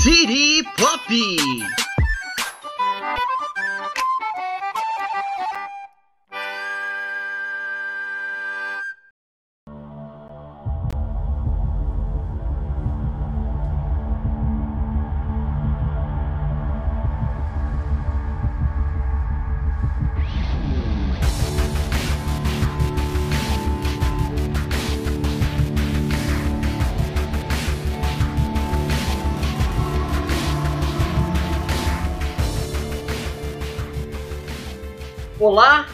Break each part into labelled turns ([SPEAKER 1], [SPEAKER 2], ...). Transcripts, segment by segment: [SPEAKER 1] City Pop.
[SPEAKER 2] Olá!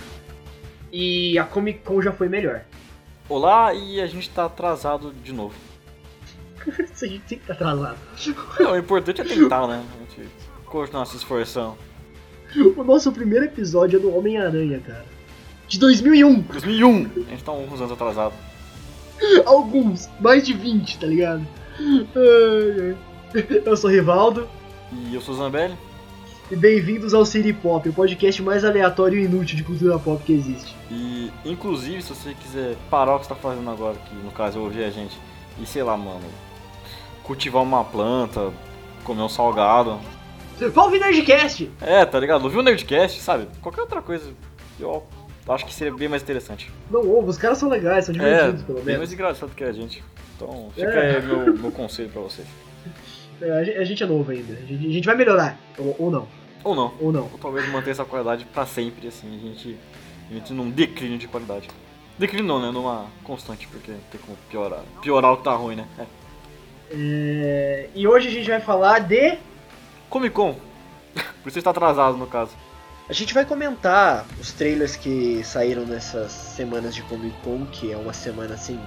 [SPEAKER 2] E a Comic Con já foi melhor.
[SPEAKER 3] Olá, e a gente tá atrasado de novo.
[SPEAKER 2] Isso a gente sempre tá atrasado.
[SPEAKER 3] Não, o importante é tentar, né? A gente continuar se esforçando.
[SPEAKER 2] O nosso primeiro episódio é do Homem-Aranha, cara. De 2001!
[SPEAKER 3] 2001! A gente tá uns anos atrasado.
[SPEAKER 2] Alguns, mais de 20, tá ligado? Ai, ai. Eu sou Rivaldo
[SPEAKER 3] E eu sou o Zambelli.
[SPEAKER 2] e bem-vindos ao City Pop, o podcast mais aleatório e inútil de cultura pop que existe.
[SPEAKER 3] E, inclusive, se você quiser parar o que você tá fazendo agora, que no caso é ouvir a gente, e sei lá, mano, cultivar uma planta, comer um salgado.
[SPEAKER 2] Vá ouvir Nerdcast!
[SPEAKER 3] É, tá ligado? Ouvir um Nerdcast, sabe? Qualquer outra coisa, eu acho que seria bem mais interessante.
[SPEAKER 2] Não ouve, os caras são legais, são
[SPEAKER 3] É,
[SPEAKER 2] divertidos, pelo
[SPEAKER 3] bem
[SPEAKER 2] menos.
[SPEAKER 3] mais engraçado que a gente. Então, fica
[SPEAKER 2] É.
[SPEAKER 3] aí meu, meu conselho pra vocês.
[SPEAKER 2] É, a gente- a gente é novo ainda, a gente, a gente vai melhorar. Ou, ou não,
[SPEAKER 3] Ou não.
[SPEAKER 2] ou não.
[SPEAKER 3] Ou talvez manter essa qualidade pra sempre, assim, a gente, a gente num declínio de qualidade. Declínio não, né? Numa constante, porque não tem como piorar. Piorar o que tá ruim, né? É.
[SPEAKER 2] É, e hoje a gente vai falar de.
[SPEAKER 3] Comic Con. Por isso está atrasado, no caso.
[SPEAKER 2] A gente vai comentar os trailers que saíram nessas semanas de Comic Con, que é uma semana assim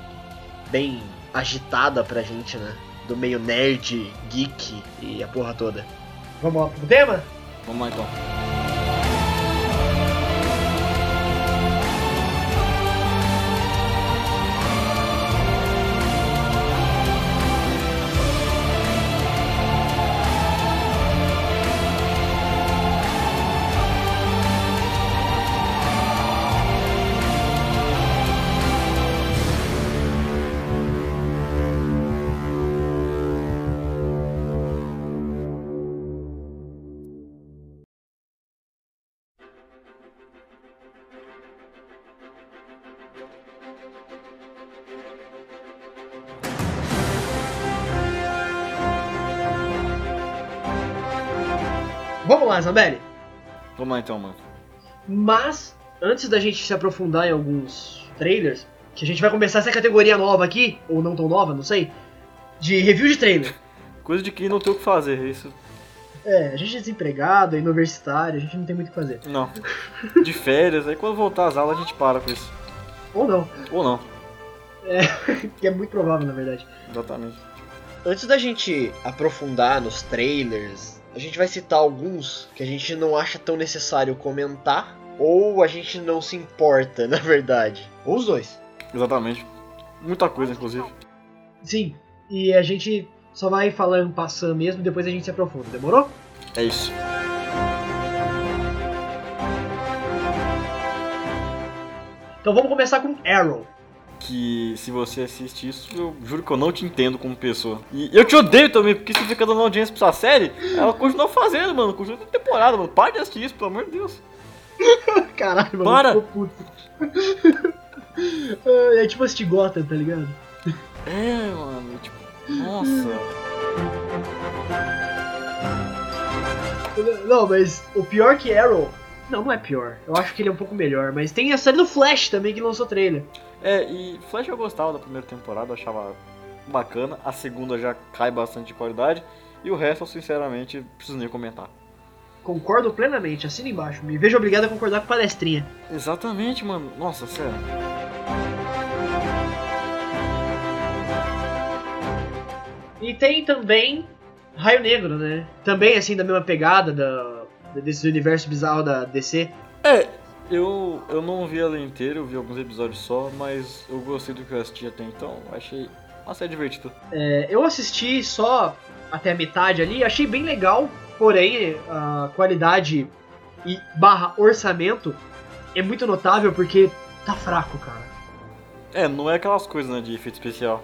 [SPEAKER 2] bem agitada pra gente, né? Do meio nerd, geek e a porra toda. Vamos lá pro tema?
[SPEAKER 3] Vamos lá, então.
[SPEAKER 2] Vamos lá, Zambelli.
[SPEAKER 3] Vamos lá, então, mano.
[SPEAKER 2] Mas antes da gente se aprofundar em alguns trailers, que a gente vai começar essa categoria nova aqui, ou não tão nova, não sei, de review de trailer.
[SPEAKER 3] Coisa de quem não tem o que fazer, isso.
[SPEAKER 2] É, a gente é desempregado, é universitário, a gente não tem muito o que fazer.
[SPEAKER 3] Não. De férias, aí quando voltar às aulas a gente para com isso.
[SPEAKER 2] Ou não,
[SPEAKER 3] Ou não,
[SPEAKER 2] que é muito provável na verdade.
[SPEAKER 3] exatamente.
[SPEAKER 2] Antes da gente aprofundar nos trailers, a gente vai citar alguns que a gente não acha tão necessário comentar, ou a gente não se importa, na verdade. Ou os dois.
[SPEAKER 3] Exatamente. Muita coisa, inclusive.
[SPEAKER 2] Sim, e a gente só vai falando passando mesmo, depois a gente se aprofunda, demorou?
[SPEAKER 3] É isso.
[SPEAKER 2] Então vamos começar com Arrow.
[SPEAKER 3] que se você assiste isso, eu juro que eu não te entendo como pessoa. E eu te odeio também, porque você fica dando audiência pra essa série, ela continua fazendo, mano, continua toda temporada, mano. Para de assistir isso, pelo amor de Deus.
[SPEAKER 2] Caralho, mano,
[SPEAKER 3] Para!
[SPEAKER 2] ficou puto. Ah, é tipo assistir Gotham, tá ligado?
[SPEAKER 3] É, mano, tipo, nossa.
[SPEAKER 2] Não, mas o pior que Arrow... Não, não é pior. Eu acho que ele é um pouco melhor, mas tem a série do Flash também que lançou trailer.
[SPEAKER 3] É, e Flash eu gostava da primeira temporada, eu achava bacana, a segunda já cai bastante de qualidade, e o resto eu sinceramente preciso nem comentar.
[SPEAKER 2] Concordo plenamente, assina embaixo. Me vejo obrigado a concordar com palestrinha.
[SPEAKER 3] Exatamente, mano. Nossa, sério.
[SPEAKER 2] E tem também Raio Negro, né? Também assim da mesma pegada da, desse universo bizarro da DC.
[SPEAKER 3] É, eu, eu não vi ela inteira, eu vi alguns episódios só, mas eu gostei do que eu assisti até então, achei uma série divertida.
[SPEAKER 2] É, eu assisti só até a metade ali, achei bem legal, porém a qualidade e barra orçamento é muito notável porque tá fraco, cara.
[SPEAKER 3] É, não é aquelas coisas, né, de efeito especial.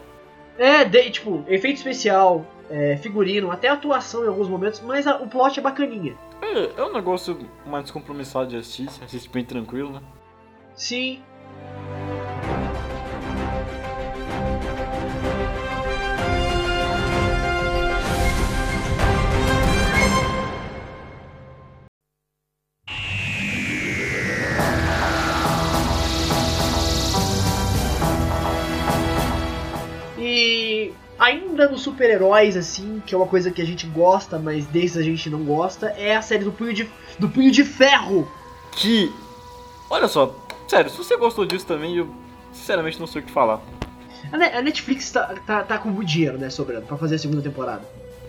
[SPEAKER 2] É, de- tipo, efeito especial, é, figurino, até atuação em alguns momentos, mas a- o plot é bacaninha.
[SPEAKER 3] É, é um negócio mais descompromissado de assistir, você assiste bem tranquilo, né?
[SPEAKER 2] Sim. E ainda nos super-heróis, assim, que é uma coisa que a gente gosta, mas desses a gente não gosta, é a série do Punho de, do Punho de Ferro.
[SPEAKER 3] Que. Olha só, sério, se você gostou disso também, eu sinceramente não sei o que falar.
[SPEAKER 2] A Ne- A Netflix tá, tá, tá com muito dinheiro, né, sobrando, pra fazer a segunda temporada.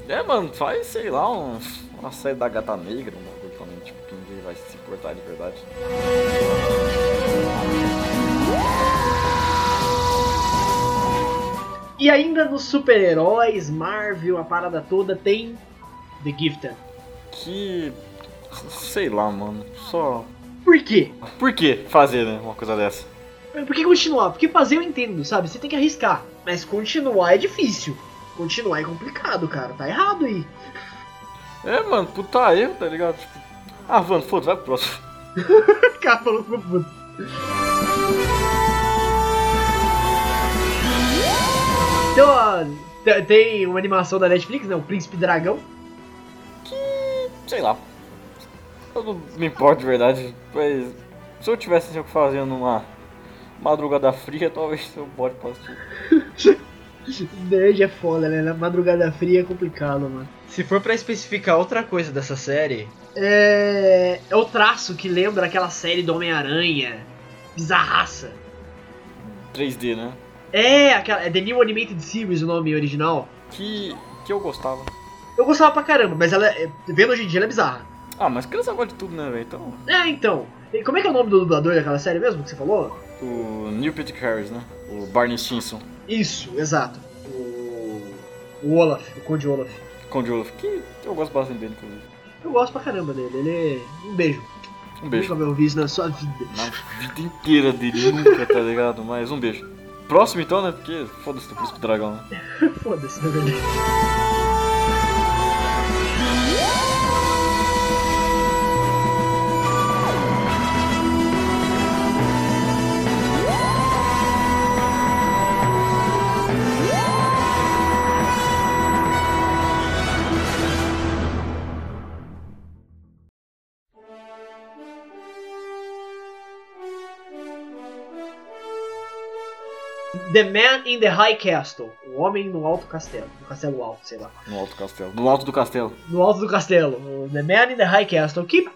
[SPEAKER 3] É, mano, faz, sei lá, um, uma série da Gata Negra, uma coisa também, tipo, que ninguém vai se importar de verdade.
[SPEAKER 2] E ainda nos super-heróis, Marvel, a parada toda, tem The Gifted.
[SPEAKER 3] Que. Sei lá, mano. Só.
[SPEAKER 2] Por quê?
[SPEAKER 3] Por que fazer, né? Uma coisa dessa?
[SPEAKER 2] Por que continuar? Porque fazer eu entendo, sabe? Você tem que arriscar. Mas continuar é difícil. Continuar é complicado, cara. Tá errado aí.
[SPEAKER 3] É, mano, puta erro, tá ligado? Tipo, ah, mano, foda-se, vai pro próximo.
[SPEAKER 2] O cara falou ficou puto. Então, ó, te- tem uma animação da Netflix, né? O Príncipe Dragão.
[SPEAKER 3] Sei lá. Eu não me importo de verdade, mas. Se eu tivesse assim, o que fazer numa madrugada fria, talvez eu bote pra assistir.
[SPEAKER 2] Nerd é foda, né? Na madrugada fria é complicado, mano.
[SPEAKER 4] Se for pra especificar outra coisa dessa série,
[SPEAKER 2] É, é o traço que lembra aquela série do Homem-Aranha, bizarraça.
[SPEAKER 3] 3D, né?
[SPEAKER 2] É, aquela, é The New Animated Series o nome original.
[SPEAKER 3] Que. que eu gostava.
[SPEAKER 2] Eu gostava pra caramba, mas ela, é- vendo hoje em dia, ela é bizarra.
[SPEAKER 3] Ah, mas criança gosta de tudo, né, velho? Então.
[SPEAKER 2] É, então. E como é que é o nome do dublador daquela série mesmo que você falou?
[SPEAKER 3] O Neil Patrick Harris, né? O Barney Stinson.
[SPEAKER 2] Isso, exato. O, o Olaf, o Conde Olaf.
[SPEAKER 3] Conde Olaf, que eu gosto bastante dele, inclusive.
[SPEAKER 2] Eu gosto pra caramba dele, ele é... Um beijo.
[SPEAKER 3] Um beijo.
[SPEAKER 2] Nunca vai ouvir isso na sua vida.
[SPEAKER 3] Na vida inteira dele, nunca, tá ligado? Mas um beijo. Próximo então, né? Porque foda-se do Príncipe Dragão, né?
[SPEAKER 2] Foda-se, né? na verdade. The Man in the High Castle. O homem no alto castelo. No castelo alto, sei lá.
[SPEAKER 3] No alto castelo. No alto do castelo.
[SPEAKER 2] No alto do castelo. O The Man in the High Castle. Que,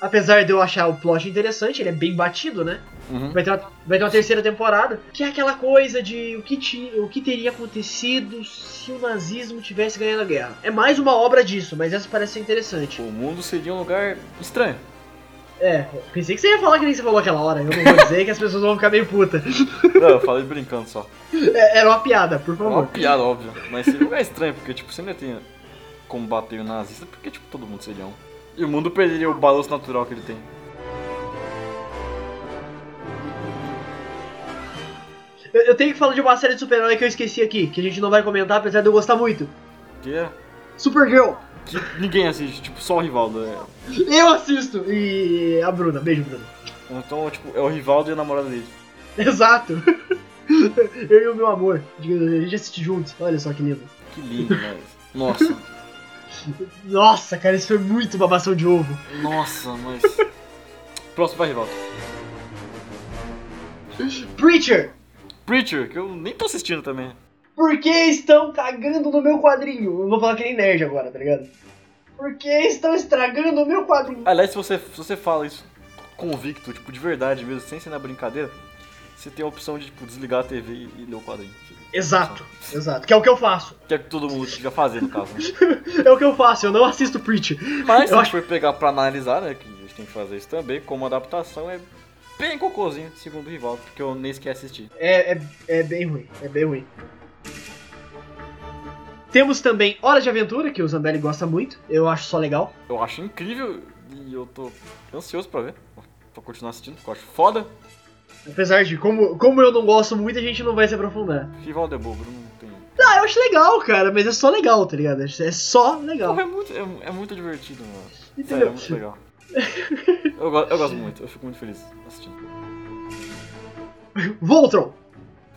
[SPEAKER 2] apesar de eu achar o plot interessante, ele é bem batido, né?
[SPEAKER 3] Uhum.
[SPEAKER 2] Vai ter uma, vai ter uma terceira temporada. Que é aquela coisa de o que, ti, o que teria acontecido se o nazismo tivesse ganhado a guerra. É mais uma obra disso, mas essa parece ser interessante.
[SPEAKER 3] O mundo seria um lugar estranho.
[SPEAKER 2] É, pensei que você ia falar que nem você falou aquela hora. Eu não vou dizer que as pessoas vão ficar meio puta.
[SPEAKER 3] Não, eu falei brincando só.
[SPEAKER 2] É, era uma piada, por
[SPEAKER 3] É uma
[SPEAKER 2] favor.
[SPEAKER 3] piada, óbvio. Mas seria um lugar estranho, porque, tipo, você não tem como bater o nazista, porque, tipo, todo mundo seria um. E o mundo perderia o balanço natural que ele tem.
[SPEAKER 2] Eu, eu tenho que falar de uma série de super-herói que eu esqueci aqui, que a gente não vai comentar, apesar de eu gostar muito.
[SPEAKER 3] Que é.
[SPEAKER 2] Supergirl!
[SPEAKER 3] Que ninguém assiste, tipo, só o Rivaldo. É.
[SPEAKER 2] Eu assisto! E a Bruna, beijo, Bruna.
[SPEAKER 3] Então, tipo, é o Rivaldo e a namorada dele.
[SPEAKER 2] Exato! Eu e o meu amor, a gente assiste juntos, olha só que lindo.
[SPEAKER 3] Que lindo, mas. Nossa.
[SPEAKER 2] Nossa, cara, isso foi muito babação de ovo.
[SPEAKER 3] Nossa, mas. Próximo vai, Rivaldo.
[SPEAKER 2] Preacher,
[SPEAKER 3] Preacher, que eu nem tô assistindo também.
[SPEAKER 2] por que estão cagando no meu quadrinho? Eu vou falar que nem nerd agora, tá ligado? Por que estão estragando o meu quadrinho?
[SPEAKER 3] Aliás, se você, se você fala isso convicto, tipo, de verdade mesmo, sem ser na brincadeira, você tem a opção de, tipo, desligar a TV e, e ler o quadrinho.
[SPEAKER 2] Exato, exato, que é o que eu faço.
[SPEAKER 3] Que é o que todo mundo devia fazer, no caso. né?
[SPEAKER 2] É o que eu faço, eu não assisto Preacher.
[SPEAKER 3] Mas, se
[SPEAKER 2] Eu
[SPEAKER 3] a gente for pegar pra analisar, né, que a gente tem que fazer isso também, como adaptação, é bem cocôzinho, segundo o Rivaldo, porque eu nem sequer assisti.
[SPEAKER 2] É, é, é bem ruim, é bem ruim. Temos também Hora de Aventura, que o Zambelli gosta muito, eu acho só legal.
[SPEAKER 3] Eu acho incrível e eu tô ansioso pra ver. Pra continuar assistindo, porque eu acho foda.
[SPEAKER 2] Apesar de, como, como eu não gosto muito, a gente não vai se aprofundar.
[SPEAKER 3] Rivaldo é bobo, não tem.
[SPEAKER 2] Ah, eu acho legal, cara, mas é só legal, tá ligado? É só legal.
[SPEAKER 3] Porra, é muito, é, é muito divertido, mano. Sério, é
[SPEAKER 2] Entendeu?
[SPEAKER 3] muito legal. Eu, go- eu gosto muito, eu fico muito feliz assistindo.
[SPEAKER 2] Voltron,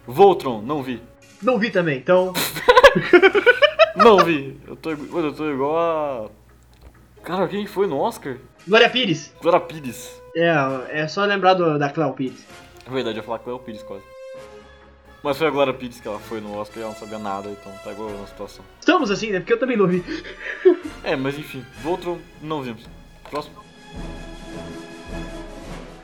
[SPEAKER 3] Voltron, não vi.
[SPEAKER 2] não vi também, então.
[SPEAKER 3] Não vi. Eu tô, igu- mano, eu tô igual a. Cara, quem foi no Oscar?
[SPEAKER 2] Glória Pires.
[SPEAKER 3] Glória Pires.
[SPEAKER 2] É, é só lembrar do- da Cléo Pires.
[SPEAKER 3] É verdade, eu ia falar com o Pires quase. Mas foi a Glória Pires que ela foi no Oscar e ela não sabia nada, então tá igual eu na situação.
[SPEAKER 2] Estamos assim, né? Porque eu também não vi.
[SPEAKER 3] É, mas enfim, Voltron, não vimos. Próximo.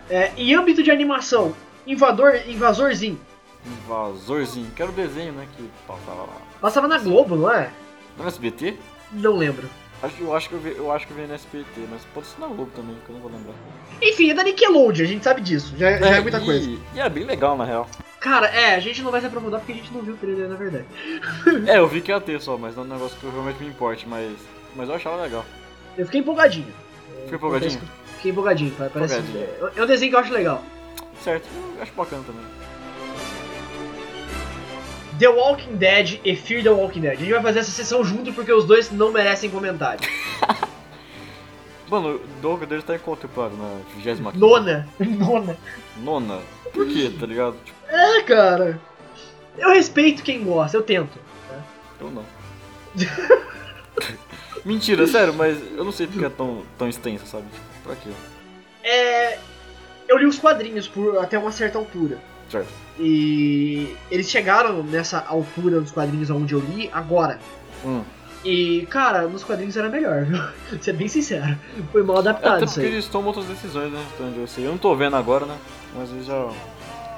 [SPEAKER 2] É, em âmbito de animação, Invador, Invasorzinho.
[SPEAKER 3] Invasorzinho. Quero o desenho, né? Que passava lá.
[SPEAKER 2] Passava na Globo, não é?
[SPEAKER 3] No SBT?
[SPEAKER 2] Não lembro.
[SPEAKER 3] Acho, eu, acho que eu, vi, eu acho que eu vi no SBT, mas pode ser na Globo também, que eu não vou lembrar.
[SPEAKER 2] Enfim, é da Nickelodeon, a gente sabe disso. Já já é, muita
[SPEAKER 3] e,
[SPEAKER 2] coisa.
[SPEAKER 3] E é bem legal, na real.
[SPEAKER 2] Cara, é, a gente não vai se aprofundar porque a gente não viu o trailer, na verdade.
[SPEAKER 3] É, eu vi que ia ter só, mas não é um negócio que eu realmente me importe, mas. Mas eu achava legal.
[SPEAKER 2] Eu fiquei empolgadinho.
[SPEAKER 3] Fiquei empolgadinho?
[SPEAKER 2] Fiquei empolgadinho, pa- parece.
[SPEAKER 3] Empolgadinho.
[SPEAKER 2] É, é um desenho que eu acho legal.
[SPEAKER 3] Certo, eu acho bacana também.
[SPEAKER 2] The Walking Dead e Fear the Walking Dead. A gente vai fazer essa sessão junto porque os dois não merecem comentário.
[SPEAKER 3] Mano, o Doug dele tá incontemplado na 25
[SPEAKER 2] Nona. Nona.
[SPEAKER 3] Nona. Por quê, tá ligado? Tipo,
[SPEAKER 2] É, cara. Eu respeito quem gosta, eu tento.
[SPEAKER 3] eu não. Mentira, sério, mas eu não sei porque é tão, tão extensa, sabe? Tipo, pra quê?
[SPEAKER 2] É. Eu li os quadrinhos por até uma certa altura.
[SPEAKER 3] Certo.
[SPEAKER 2] E eles chegaram nessa altura dos quadrinhos onde eu li agora.
[SPEAKER 3] Hum.
[SPEAKER 2] E, cara, nos quadrinhos era melhor, viu? Vou Ser bem sincero. Foi mal adaptado
[SPEAKER 3] É Até
[SPEAKER 2] isso
[SPEAKER 3] porque
[SPEAKER 2] aí.
[SPEAKER 3] eles tomam outras decisões, né? Então, eu sei. Eu não tô vendo agora, né? Mas eles já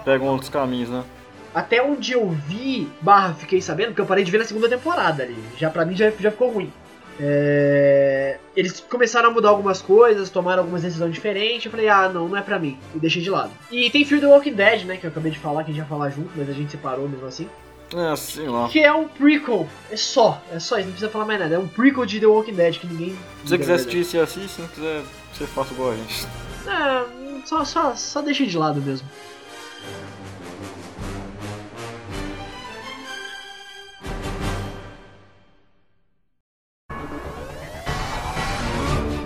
[SPEAKER 3] pegam outros caminhos, né?
[SPEAKER 2] Até onde eu vi, barra, fiquei sabendo, porque eu parei de ver na segunda temporada ali. Já pra mim já, já ficou ruim. É, Eles começaram a mudar algumas coisas, tomaram algumas decisões diferentes. Eu falei, ah, não, não é pra mim. E deixei de lado. E tem Fear the Walking Dead, né? Que eu acabei de falar, que a gente ia falar junto, mas a gente separou mesmo assim.
[SPEAKER 3] É, sei lá.
[SPEAKER 2] Que é um prequel. É só, é só isso, não precisa falar mais nada. É um prequel de The Walking Dead que ninguém. né?
[SPEAKER 3] Se você quiser assistir, você assiste. Se não quiser, você faça igual a gente.
[SPEAKER 2] É, só, só, só deixa de lado mesmo.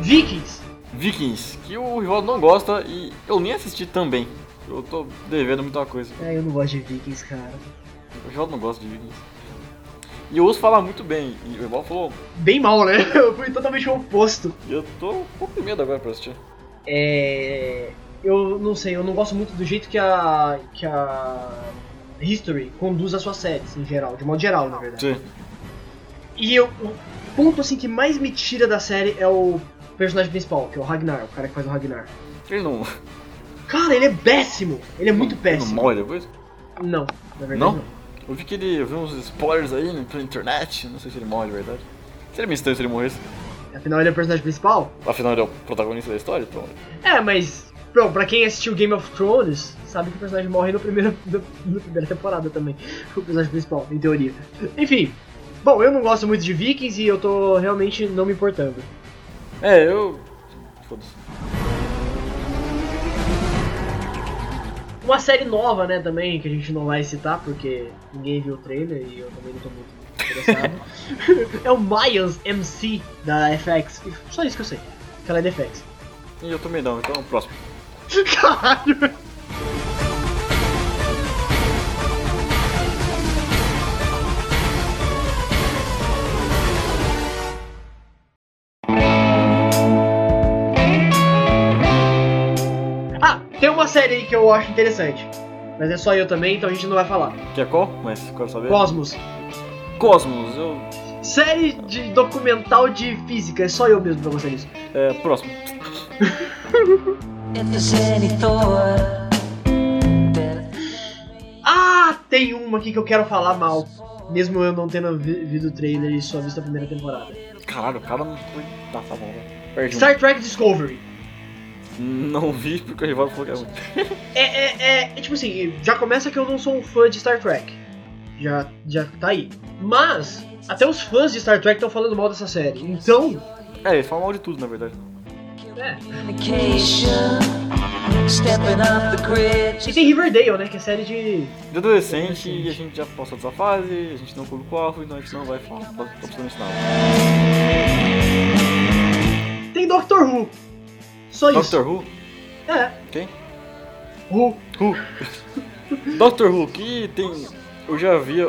[SPEAKER 2] Vikings!
[SPEAKER 3] Vikings, que o Rivaldo não gosta e eu nem assisti também. Eu tô devendo muita coisa.
[SPEAKER 2] É, eu não gosto de Vikings, cara.
[SPEAKER 3] O Rivaldo não gosta de Vikings. E eu ouço falar muito bem. E o Rivaldo falou,
[SPEAKER 2] Bem mal, né? Eu fui totalmente o oposto.
[SPEAKER 3] eu tô um pouco com medo agora pra assistir.
[SPEAKER 2] É. Eu não sei, eu não gosto muito do jeito que a. que a. History conduz as suas séries, em geral, de modo geral, na verdade.
[SPEAKER 3] Sim.
[SPEAKER 2] E eu- o ponto assim que mais me tira da série é o personagem principal, que é o Ragnar, o cara que faz o Ragnar.
[SPEAKER 3] Ele não,
[SPEAKER 2] Cara, ele é péssimo! Ele é muito
[SPEAKER 3] ele não
[SPEAKER 2] péssimo.
[SPEAKER 3] morre depois?
[SPEAKER 2] Não, na verdade.
[SPEAKER 3] Não?
[SPEAKER 2] Não?
[SPEAKER 3] Eu vi que ele viu uns spoilers aí na- pela internet. Não sei se ele morre de verdade. Seria meio estranho se ele morresse.
[SPEAKER 2] Afinal, ele é o personagem principal?
[SPEAKER 3] Afinal, ele é o protagonista da história, então.
[SPEAKER 2] É, mas. Bom, pra quem assistiu Game of Thrones, sabe que o personagem morre no primeiro, no, na primeira temporada também. O personagem principal, em teoria. Enfim. Bom, eu não gosto muito de Vikings e eu tô realmente não me importando.
[SPEAKER 3] É, eu. Foda-se.
[SPEAKER 2] Uma série nova, né, também, que a gente não vai citar porque ninguém viu o trailer e eu também não tô muito interessado. é o Mayans MC da FX. Só isso que eu sei. Que ela é da FX.
[SPEAKER 3] E eu também não, então próximo.
[SPEAKER 2] Caralho! Ah, tem uma série aí que eu acho interessante. Mas é só eu também, então a gente não vai falar.
[SPEAKER 3] Que é qual? Mas quero saber.
[SPEAKER 2] Cosmos.
[SPEAKER 3] Cosmos, eu.
[SPEAKER 2] Série de documental de física, é só eu mesmo pra vocês.
[SPEAKER 3] É, próximo.
[SPEAKER 5] If there's any thought that
[SPEAKER 2] Ah, tem uma aqui que eu quero falar mal. Mesmo eu não tendo vi- vido o trailer e só visto a primeira temporada.
[SPEAKER 3] Caralho, o cara não foi. Tá, tá bom, velho. Perdi. um.
[SPEAKER 2] Star Trek Discovery.
[SPEAKER 3] Não vi porque o rival falou que é ruim.
[SPEAKER 2] É, é, é, é tipo assim, já começa que eu não sou um fã de Star Trek. Já, já tá aí. Mas, até os fãs de Star Trek estão falando mal dessa série. Então,
[SPEAKER 3] É, ele fala mal de tudo, na verdade.
[SPEAKER 6] Vacation, stepping off the grid.
[SPEAKER 2] E tem Riverdale, né? Que é série de.
[SPEAKER 3] De adolescente, e a gente já passou dessa fase, a gente não colocou algo, então a gente não vai falar absolutamente nada.
[SPEAKER 2] Tem Doctor Who. Só isso.
[SPEAKER 3] Doctor Who?
[SPEAKER 2] É.
[SPEAKER 3] Quem?
[SPEAKER 2] Who.
[SPEAKER 3] Who? Doctor Who, que tem. Eu já vi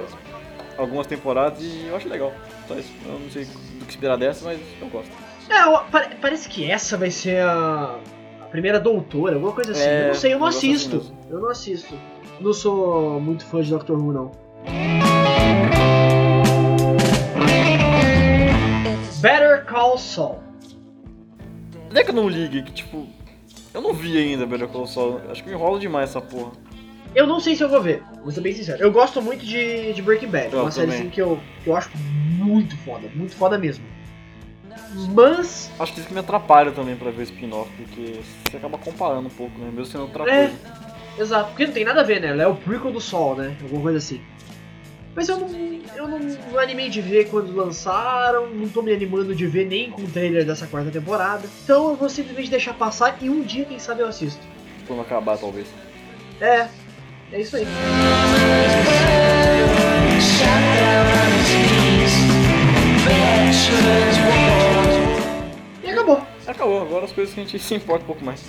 [SPEAKER 3] algumas temporadas e eu acho legal. Só isso. Eu não sei do que esperar dessa, mas eu gosto.
[SPEAKER 2] É, eu- pare- parece que essa vai ser a, a primeira doutora, alguma coisa assim.
[SPEAKER 3] É,
[SPEAKER 2] eu não sei, eu não
[SPEAKER 3] um negócio
[SPEAKER 2] assisto.
[SPEAKER 3] assim
[SPEAKER 2] eu não assisto. Não sou muito fã de Doctor Who, não. Better Call Saul.
[SPEAKER 3] Não é que eu não ligue, que tipo. Eu não vi ainda Better Call Saul. Acho que enrola demais essa porra.
[SPEAKER 2] Eu não sei se eu vou ver, vou ser bem sincero. Eu gosto muito de, de Breaking Bad,
[SPEAKER 3] Eu
[SPEAKER 2] uma série
[SPEAKER 3] também.
[SPEAKER 2] assim, que, eu, que eu acho muito foda, muito foda mesmo. Mas,
[SPEAKER 3] Acho que isso que me atrapalha também pra ver spin-off, porque você acaba comparando um pouco, né? Mesmo sendo outra
[SPEAKER 2] É.
[SPEAKER 3] coisa.
[SPEAKER 2] exato, porque não tem nada a ver, né? Ela é o prequel do Sol, né? Alguma coisa assim. Mas eu não, eu não animei de ver quando lançaram, não tô me animando de ver nem com o trailer dessa quarta temporada. Então eu vou simplesmente deixar passar e um dia, quem sabe, eu assisto.
[SPEAKER 3] Quando acabar, talvez.
[SPEAKER 2] É, é isso aí.
[SPEAKER 6] Shot down on his knees. Bachelor's ward.
[SPEAKER 2] E acabou.
[SPEAKER 3] Acabou, agora as coisas que a gente se importa um pouco mais.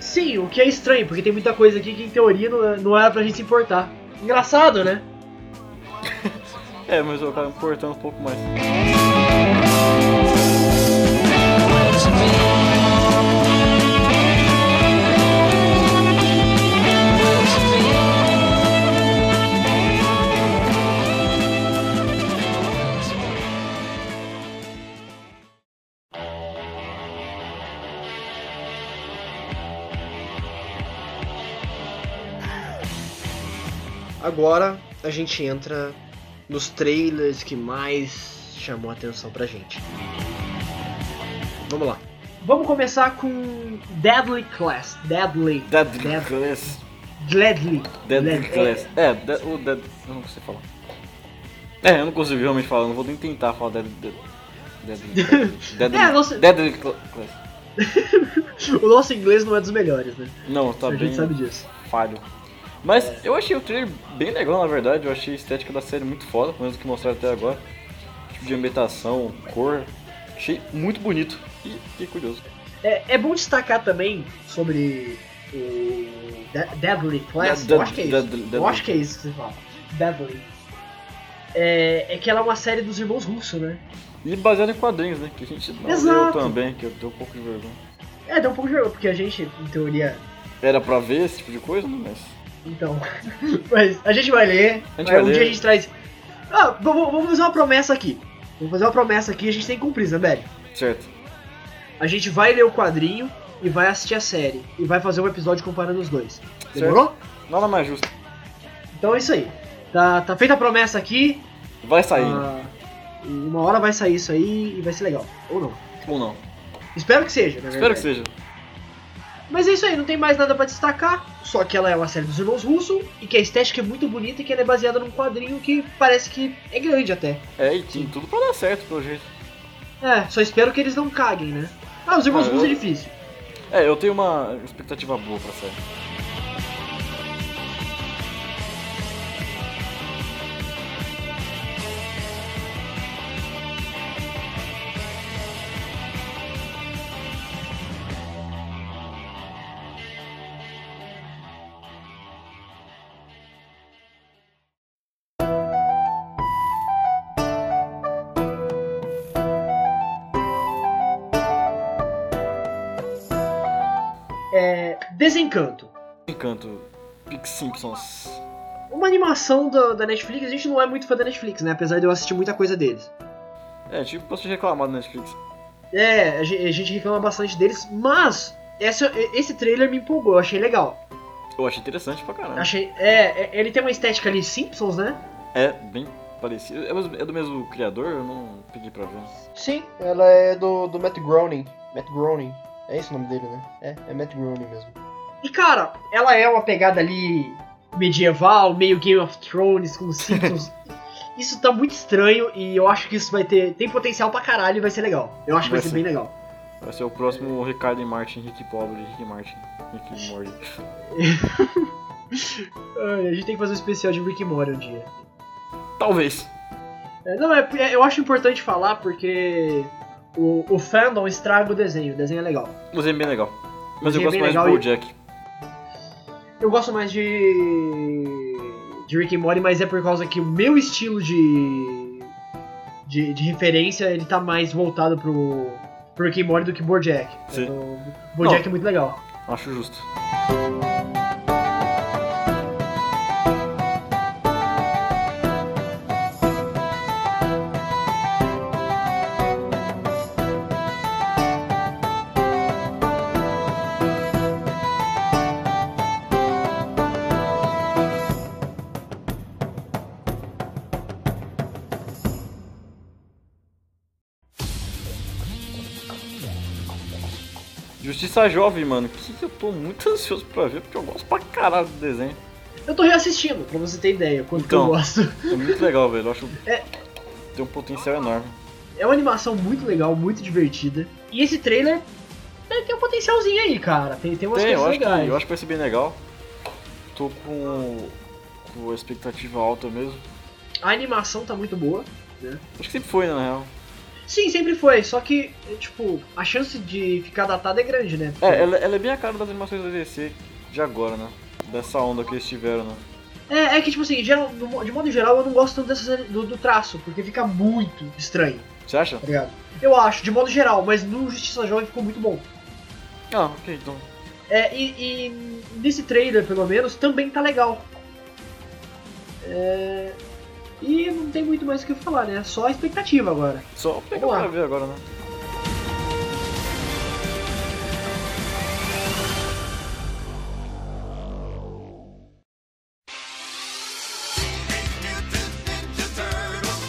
[SPEAKER 2] Sim, o que é estranho, porque tem muita coisa aqui que em teoria não, é, não era pra gente se importar. Engraçado, né?
[SPEAKER 3] É, mas eu acabo me importando um pouco mais.
[SPEAKER 6] To me. To me.
[SPEAKER 7] Agora a gente entra nos trailers que mais chamou a atenção pra gente. Vamos lá.
[SPEAKER 2] Vamos começar com Deadly Class. Deadly.
[SPEAKER 3] Dead
[SPEAKER 2] Dead-
[SPEAKER 3] Glass.
[SPEAKER 2] Deadly.
[SPEAKER 3] Dead
[SPEAKER 2] Dead-
[SPEAKER 3] Glass. É, Dead- o Dead. Eu não consigo falar. É, eu não consigo realmente falar, não vou nem tentar falar Dead. Dead. Dead.
[SPEAKER 2] É, você-
[SPEAKER 3] Dead Glass.
[SPEAKER 2] O nosso inglês não é dos melhores, né?
[SPEAKER 3] Não, tá
[SPEAKER 2] A
[SPEAKER 3] bem
[SPEAKER 2] gente sabe disso. É.
[SPEAKER 3] falho. Mas eu achei o trailer bem legal, na verdade. Eu achei a estética da série muito foda, pelo menos o que mostraram até agora. Tipo de ambientação, cor. Achei muito bonito. E fiquei curioso.
[SPEAKER 2] É, é bom destacar também sobre o De- Deadly Class.
[SPEAKER 3] Dead-
[SPEAKER 2] eu acho que é isso.
[SPEAKER 3] Deadly- Deadly.
[SPEAKER 2] Eu acho que é isso que você fala. Deadly. É, é que ela é uma série dos irmãos russos, né?
[SPEAKER 3] E baseado em quadrinhos, né? Que a gente não leu
[SPEAKER 2] Exato.
[SPEAKER 3] também, que eu dei um pouco de vergonha.
[SPEAKER 2] É, deu um pouco de jogo, porque a gente, em teoria.
[SPEAKER 3] Era pra ver esse tipo de coisa, né? mas.
[SPEAKER 2] Então. Mas a gente vai ler.
[SPEAKER 3] A gente
[SPEAKER 2] aí
[SPEAKER 3] vai
[SPEAKER 2] um
[SPEAKER 3] ler.
[SPEAKER 2] dia a gente traz. Ah, vamos, vamos fazer uma promessa aqui. Vamos fazer uma promessa aqui e a gente tem que cumprir, Zambelli.
[SPEAKER 3] Certo.
[SPEAKER 2] A gente vai ler o quadrinho e vai assistir a série. E vai fazer um episódio comparando os dois. Demorou?
[SPEAKER 3] Nada mais justo.
[SPEAKER 2] Então é isso aí. Tá, tá feita a promessa aqui.
[SPEAKER 3] Vai sair, né?
[SPEAKER 2] Ah, e uma hora vai sair isso aí e vai ser legal. Ou não.
[SPEAKER 3] Ou não. É
[SPEAKER 2] Espero que seja, na verdade.
[SPEAKER 3] Espero que seja.
[SPEAKER 2] Mas é isso aí, não tem mais nada pra destacar. Só que ela é uma série dos irmãos Russo e que a estética é muito bonita e que ela é baseada num quadrinho que parece que é grande até.
[SPEAKER 3] É, e tem tudo pra dar certo, pelo jeito.
[SPEAKER 2] É, só espero que eles não caguem, né? Ah, os irmãos
[SPEAKER 3] Ah,
[SPEAKER 2] Russo é
[SPEAKER 3] eu-
[SPEAKER 2] difícil.
[SPEAKER 3] É, eu tenho uma expectativa boa pra série.
[SPEAKER 2] É, Desencanto.
[SPEAKER 3] Encanto. Pix Simpsons.
[SPEAKER 2] Uma animação da, da Netflix, a gente não é muito fã da Netflix, né? Apesar de eu assistir muita coisa deles.
[SPEAKER 3] É, tipo, posso reclamar do Netflix.
[SPEAKER 2] É, a gen- a gente reclama bastante deles, mas essa- esse trailer me empolgou, eu achei legal.
[SPEAKER 3] Eu achei interessante pra caramba.
[SPEAKER 2] Achei. É, é, ele tem uma estética ali Simpsons, né?
[SPEAKER 3] É, bem parecido. É, mes- é do mesmo criador? Eu não peguei pra ver.
[SPEAKER 7] Sim, ela é do, do Matt Groening. Matt Groening. É esse o nome dele, né? É, é Matt Groening mesmo.
[SPEAKER 2] E cara, ela é uma pegada ali medieval, meio Game of Thrones com Simpsons. isso tá muito estranho e eu acho que isso vai ter. Tem potencial pra caralho e vai ser legal. Eu acho que vai,
[SPEAKER 3] Vai
[SPEAKER 2] ser
[SPEAKER 3] ser.
[SPEAKER 2] bem legal.
[SPEAKER 3] Vai ser o próximo Ricardo e Martin, Rick Pobre, Rick Martin, Rick Morty.
[SPEAKER 2] Ai, a gente tem que fazer um especial de Rick and Morty um dia.
[SPEAKER 3] Talvez.
[SPEAKER 2] É, não, é, é- eu acho importante falar porque o, o fandom estraga o desenho, o desenho é legal.
[SPEAKER 3] Mas é bem legal. Mas eu
[SPEAKER 2] Desenho
[SPEAKER 3] gosto
[SPEAKER 2] bem
[SPEAKER 3] mais do
[SPEAKER 2] legal e-
[SPEAKER 3] Bojack.
[SPEAKER 2] Eu gosto mais de. de Rick and Morty, mas é por causa que o meu estilo de. de, de referência ele tá mais voltado pro, pro Rick and Morty do que Bojack.
[SPEAKER 3] Sim.
[SPEAKER 2] Então, Bojack
[SPEAKER 3] Não.
[SPEAKER 2] é muito legal.
[SPEAKER 3] Acho justo. Justiça Jovem, mano, que eu tô muito ansioso pra ver, porque eu gosto pra caralho do desenho.
[SPEAKER 2] Eu tô reassistindo, pra você ter ideia, quanto que eu
[SPEAKER 3] Então.
[SPEAKER 2] gosto.
[SPEAKER 3] É muito legal, velho. Eu acho.
[SPEAKER 2] É.
[SPEAKER 3] Tem um potencial enorme.
[SPEAKER 2] É uma animação muito legal, muito divertida. E esse trailer né, tem um potencialzinho aí, cara. Tem, tem umas
[SPEAKER 3] Tem, eu
[SPEAKER 2] coisas
[SPEAKER 3] acho, que,
[SPEAKER 2] legais.
[SPEAKER 3] eu acho que vai ser bem legal. Tô com, com a expectativa alta mesmo.
[SPEAKER 2] A animação tá muito boa.
[SPEAKER 3] Acho que sempre foi, né, na real.
[SPEAKER 2] Sim, sempre foi, só que, é, tipo, a chance de ficar datada é grande, né?
[SPEAKER 3] É, ela, ela é bem a cara das animações da DC de agora, né? Dessa onda que eles tiveram, né?
[SPEAKER 2] É, é que, tipo assim, geral- no mo- de modo geral, eu não gosto tanto dessas, do, do traço, porque fica muito estranho,
[SPEAKER 3] Você acha?
[SPEAKER 2] tá ligado? Eu acho, de modo geral, mas no Justiça Jovem ficou muito bom.
[SPEAKER 3] Ah, ok, então.
[SPEAKER 2] É, e, e nesse trailer, pelo menos, também tá legal. É, E não tem muito mais o que falar, né? Só a expectativa agora.
[SPEAKER 3] Só pegar
[SPEAKER 2] Vamos lá.
[SPEAKER 3] pra ver agora, né?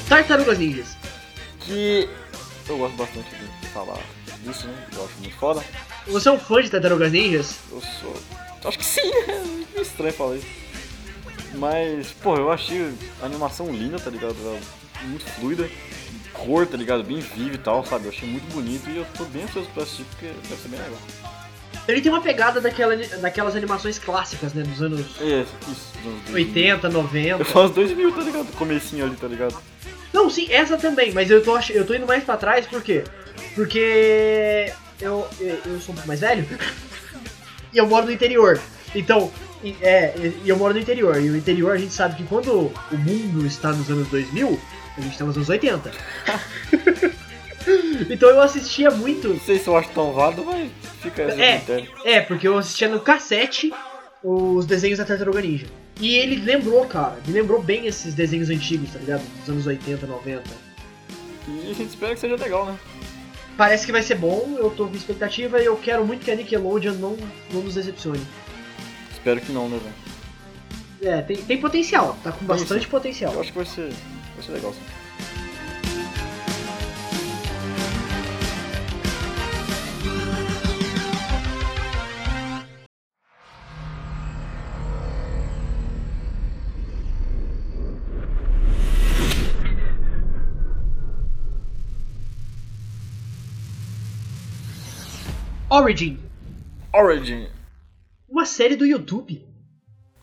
[SPEAKER 2] Tartarugas Ninjas.
[SPEAKER 3] Que eu gosto bastante de falar disso, né? Eu acho muito foda.
[SPEAKER 2] Você é um fã de Tartarugas Ninjas?
[SPEAKER 3] Eu sou. Acho que sim, né? É meio estranho falar isso. Mas, pô, eu achei a animação linda, tá ligado? Ela Muito fluida. Cor, tá ligado? Bem viva e tal, sabe? Eu achei muito bonito e eu tô bem ansioso pra assistir porque deve ser bem legal.
[SPEAKER 2] Ele tem uma pegada daquela, daquelas animações clássicas, né? Dos anos
[SPEAKER 3] É, isso. dos anos 2000.
[SPEAKER 2] 80, 90.
[SPEAKER 3] Eu faço 2000, tá ligado? Comecinho ali, tá ligado?
[SPEAKER 2] Não, sim, essa também, mas eu tô, ach- eu tô indo mais pra trás, por quê? Porque eu, eu eu sou um pouco mais velho e eu moro no interior. Então, e- é, e- e eu moro no interior. E o interior a gente sabe que quando o mundo está nos anos 2000, a gente está nos anos 80. então eu assistia muito.
[SPEAKER 3] Não sei se eu acho tão vado, mas fica essa
[SPEAKER 2] É.
[SPEAKER 3] critério.
[SPEAKER 2] É, porque eu assistia no cassete os desenhos da Tartaruga Ninja. E ele lembrou, cara, me lembrou bem esses desenhos antigos, tá ligado? Dos anos 80, 90.
[SPEAKER 3] E a gente espera que seja legal, né?
[SPEAKER 2] Parece que vai ser bom, eu tô com expectativa e eu quero muito que a Nickelodeon não, não nos decepcione.
[SPEAKER 3] Espero que não, né, velho?
[SPEAKER 2] É, tem, tem potencial, tá com bastante potencial.
[SPEAKER 3] Eu acho que vai ser, vai ser legal, sim.
[SPEAKER 2] Origin,
[SPEAKER 3] Origin.
[SPEAKER 2] uma série do YouTube.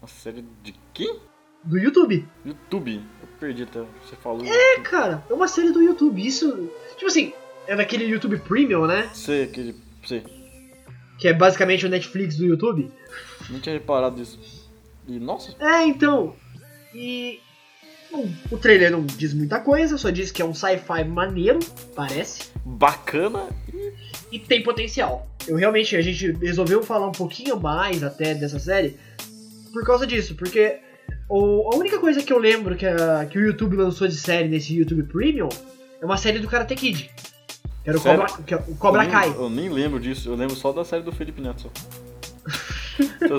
[SPEAKER 3] Uma série de quem?
[SPEAKER 2] Do YouTube?
[SPEAKER 3] YouTube. Eu perdi até. Você falou.
[SPEAKER 2] É, cara, é uma série do YouTube, isso. Tipo assim, é daquele YouTube Premium, né?
[SPEAKER 3] Sei, aquele. Sei.
[SPEAKER 2] Que é basicamente o Netflix do YouTube.
[SPEAKER 3] Não tinha reparado isso. E nossa,
[SPEAKER 2] É, então. E. bom, o trailer não diz muita coisa, só diz que é um sci-fi maneiro, parece.
[SPEAKER 3] bacana.
[SPEAKER 2] e tem potencial. Eu realmente, a gente resolveu falar um pouquinho mais até dessa série por causa disso, porque o- a única coisa que eu lembro que, a- que o YouTube lançou de série nesse YouTube Premium é uma série do Karate Kid. Que era o
[SPEAKER 3] Sério? Hum.
[SPEAKER 2] Cobra, que é o Cobra
[SPEAKER 3] eu nem,
[SPEAKER 2] Kai.
[SPEAKER 3] Eu nem lembro disso. Eu lembro só da série do Felipe Neto. Só. Tô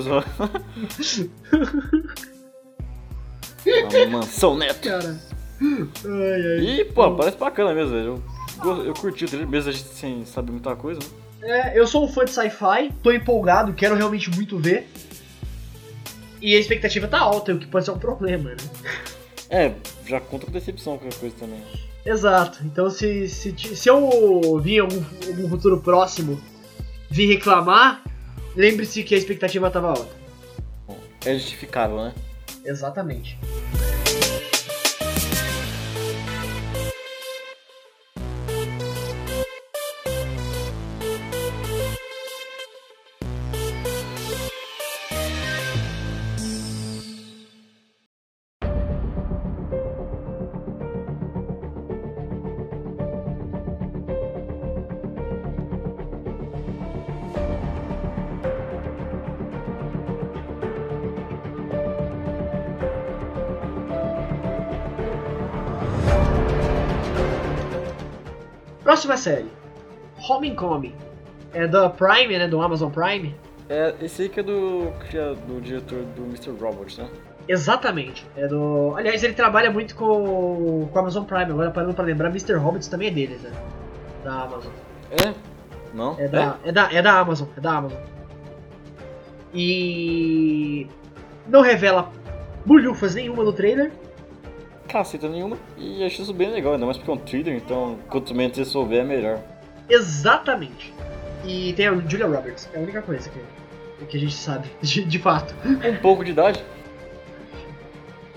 [SPEAKER 3] zoando. A mansão Neto.
[SPEAKER 2] Cara. Ai, ai.
[SPEAKER 3] E, pô, parece bacana mesmo, velho. Eu, go- eu curti o trailer, mesmo a gente sem saber muita coisa, né?
[SPEAKER 2] É, eu sou um fã de sci-fi, tô empolgado, quero realmente muito ver. E a expectativa tá alta, o que pode ser um problema, né?
[SPEAKER 3] É, já conta com decepção qualquer coisa também.
[SPEAKER 2] Exato. Então se, se, ti- se eu vir em algum, algum futuro próximo vir reclamar, lembre-se que a expectativa estava alta.
[SPEAKER 3] É justificável, né?
[SPEAKER 2] Exatamente. Próxima série. Homecoming. É da Prime, né? Do Amazon Prime.
[SPEAKER 3] É, esse aí que é do, que é do diretor do Mr. Roberts, né?
[SPEAKER 2] Exatamente. É do. Aliás, ele trabalha muito com com a Amazon Prime. Agora parando pra lembrar, Mr. Hobbits também é deles, né? Da Amazon.
[SPEAKER 3] É? Não?
[SPEAKER 2] É da, é? da, é da Amazon, é da Amazon. E não revela bolhufas nenhuma no trailer.
[SPEAKER 3] É? Caceta nenhuma. E achei isso bem legal, ainda mais porque é um thriller, então quanto menos você souber, é melhor.
[SPEAKER 2] Exatamente. E tem a Julia Roberts, é a única coisa que, que a gente sabe, de, de fato.
[SPEAKER 3] Um pouco de idade.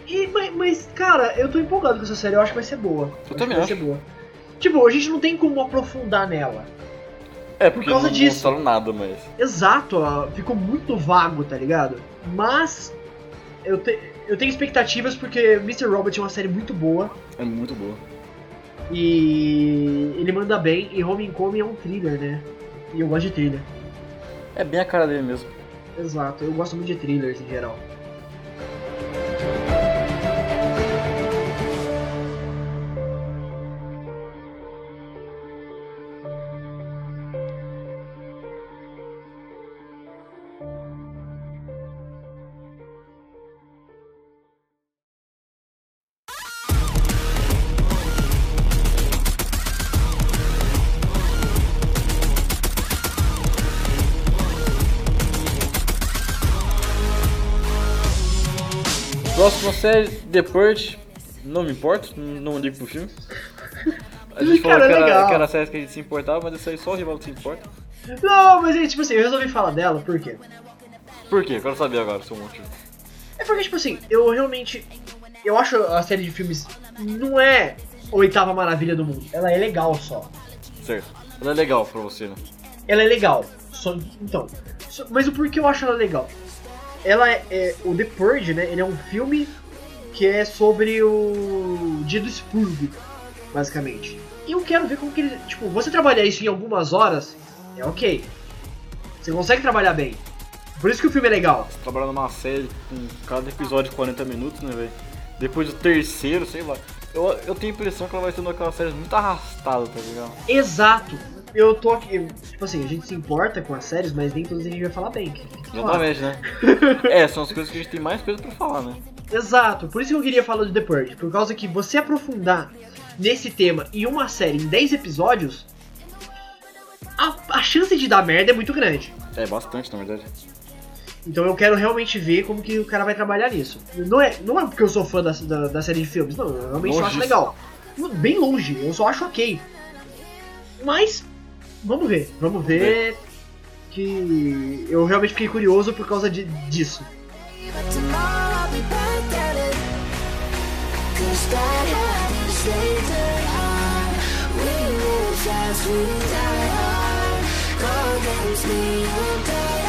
[SPEAKER 2] E, mas, mas, cara, eu tô empolgado com essa série, eu acho que vai ser boa. acho
[SPEAKER 3] também
[SPEAKER 2] que vai
[SPEAKER 3] acho.
[SPEAKER 2] ser boa. Tipo, a gente não tem como aprofundar nela.
[SPEAKER 3] É, porque
[SPEAKER 2] causa
[SPEAKER 3] não
[SPEAKER 2] disso.
[SPEAKER 3] mostraram nada, mas...
[SPEAKER 2] Exato, ó, ficou muito vago, tá ligado? Mas eu, te- eu tenho expectativas porque Mr. Robot é uma série muito boa.
[SPEAKER 3] É muito boa.
[SPEAKER 2] E ele manda bem, e Homecoming é um thriller, né? E eu gosto de thriller.
[SPEAKER 3] É bem a cara dele mesmo.
[SPEAKER 2] Exato, eu gosto muito de thrillers em geral.
[SPEAKER 3] Próxima série, The Purge. Não me importo, não ligo pro filme. A gente
[SPEAKER 2] Cara,
[SPEAKER 3] falou que era,
[SPEAKER 2] legal.
[SPEAKER 3] que era a série que a gente se importava, mas isso aí só o rival que se importa.
[SPEAKER 2] Não, mas é tipo assim, eu resolvi falar dela, por quê?
[SPEAKER 3] Por quê? Eu quero saber agora seu motivo.
[SPEAKER 2] É porque, tipo assim, eu realmente. Eu acho a série de filmes não é a oitava maravilha do mundo. Ela é legal só.
[SPEAKER 3] Certo. Ela é legal pra você, né?
[SPEAKER 2] Ela é legal. Só, então. só- mas o porquê eu acho ela legal? Ela é, é- O The Purge, né? Ele é um filme que é sobre o. Dia do expurgo, basicamente. E eu quero ver como que ele. Tipo, você trabalhar isso em algumas horas é ok. Você consegue trabalhar bem. Por isso que o filme é legal.
[SPEAKER 3] Trabalhar numa série com cada episódio 40 minutos, né, velho? Depois do terceiro, sei lá. Eu, eu tenho a impressão que ela vai sendo aquela série muito arrastada, tá ligado?
[SPEAKER 2] Exato. Eu tô aqui. eu- Tipo assim, a gente se importa com as séries, mas nem todas a gente vai falar bem. que- que- que falar.
[SPEAKER 3] Exatamente, né? é, são as coisas que a gente tem mais coisa pra falar, né?
[SPEAKER 2] Exato, por isso que eu queria falar do The Purge, por causa que você aprofundar nesse tema em uma série em 10 episódios, a, a chance de dar merda é muito grande.
[SPEAKER 3] É, bastante, na verdade.
[SPEAKER 2] Então eu quero realmente ver como que o cara vai trabalhar nisso. Não é, não é porque eu sou fã da, da, da série de filmes, não, eu realmente só
[SPEAKER 3] Longe
[SPEAKER 2] acho
[SPEAKER 3] disso.
[SPEAKER 2] legal. Bem longe, eu só acho ok. Mas, vamos ver, vamos ver que eu realmente fiquei curioso por causa de, disso.
[SPEAKER 8] But tomorrow I'll be back at it. Cause that happens later on. We move fast, we die hard. All games me and die hard.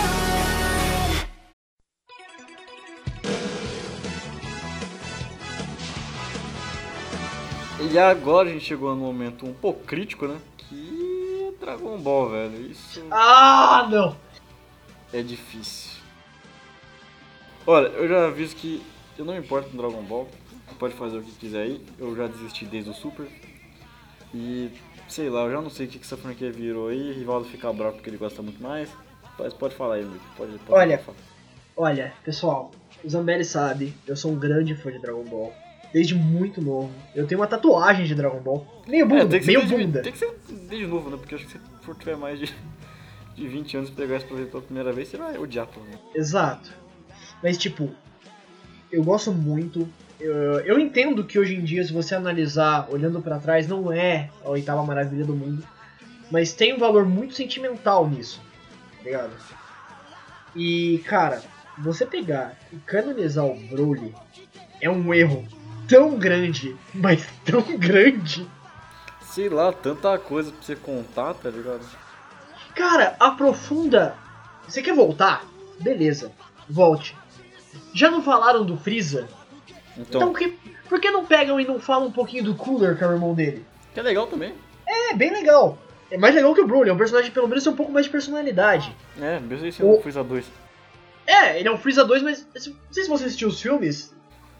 [SPEAKER 3] E agora a gente chegou num momento um pouco crítico, né? Que é Dragon Ball, velho. Isso
[SPEAKER 2] Ah, não!
[SPEAKER 3] é difícil. Olha, eu já aviso que eu não me importo com Dragon Ball. Pode fazer o que quiser aí. Eu já desisti desde o Super. E sei lá, eu já não sei o que que essa franquia virou aí. Rivaldo fica bravo porque ele gosta muito mais. Mas pode falar aí, Luiz. Pode, pode
[SPEAKER 2] Olha,
[SPEAKER 3] falar.
[SPEAKER 2] Olha, pessoal, o Zambelli sabe, eu sou um grande fã de Dragon Ball. Desde muito novo. Eu tenho uma tatuagem de Dragon Ball. Meio
[SPEAKER 3] É,
[SPEAKER 2] bunda,
[SPEAKER 3] tem que ser
[SPEAKER 2] meio
[SPEAKER 3] desde-
[SPEAKER 2] bunda.
[SPEAKER 3] Tem que ser desde novo, né? Porque acho que se for tiver mais de, de 20 anos e pegar isso pra ver pela primeira vez, você vai odiar, pelo menos.
[SPEAKER 2] Exato. Mas tipo, eu gosto muito. Eu, eu entendo que hoje em dia, se você analisar olhando pra trás, não é a oitava maravilha do mundo, mas tem um valor muito sentimental nisso, tá ligado? E, cara, você pegar e canonizar o Broly é um erro tão grande, mas tão grande.
[SPEAKER 3] Sei lá, tanta coisa pra você contar, tá ligado?
[SPEAKER 2] Cara, aprofunda. Você quer voltar? Beleza, volte. Já não falaram do Freeza? Então,
[SPEAKER 3] Então,
[SPEAKER 2] que, por que não pegam e não falam um pouquinho do Cooler, que é o irmão dele?
[SPEAKER 3] que é legal também.
[SPEAKER 2] É, bem legal. É mais legal que o Broly, é um personagem que pelo menos tem um pouco mais de personalidade.
[SPEAKER 3] É, mesmo esse o...
[SPEAKER 2] O-
[SPEAKER 3] Freeza 2.
[SPEAKER 2] É, ele é um Freeza 2, mas se- não sei se você assistiu os filmes.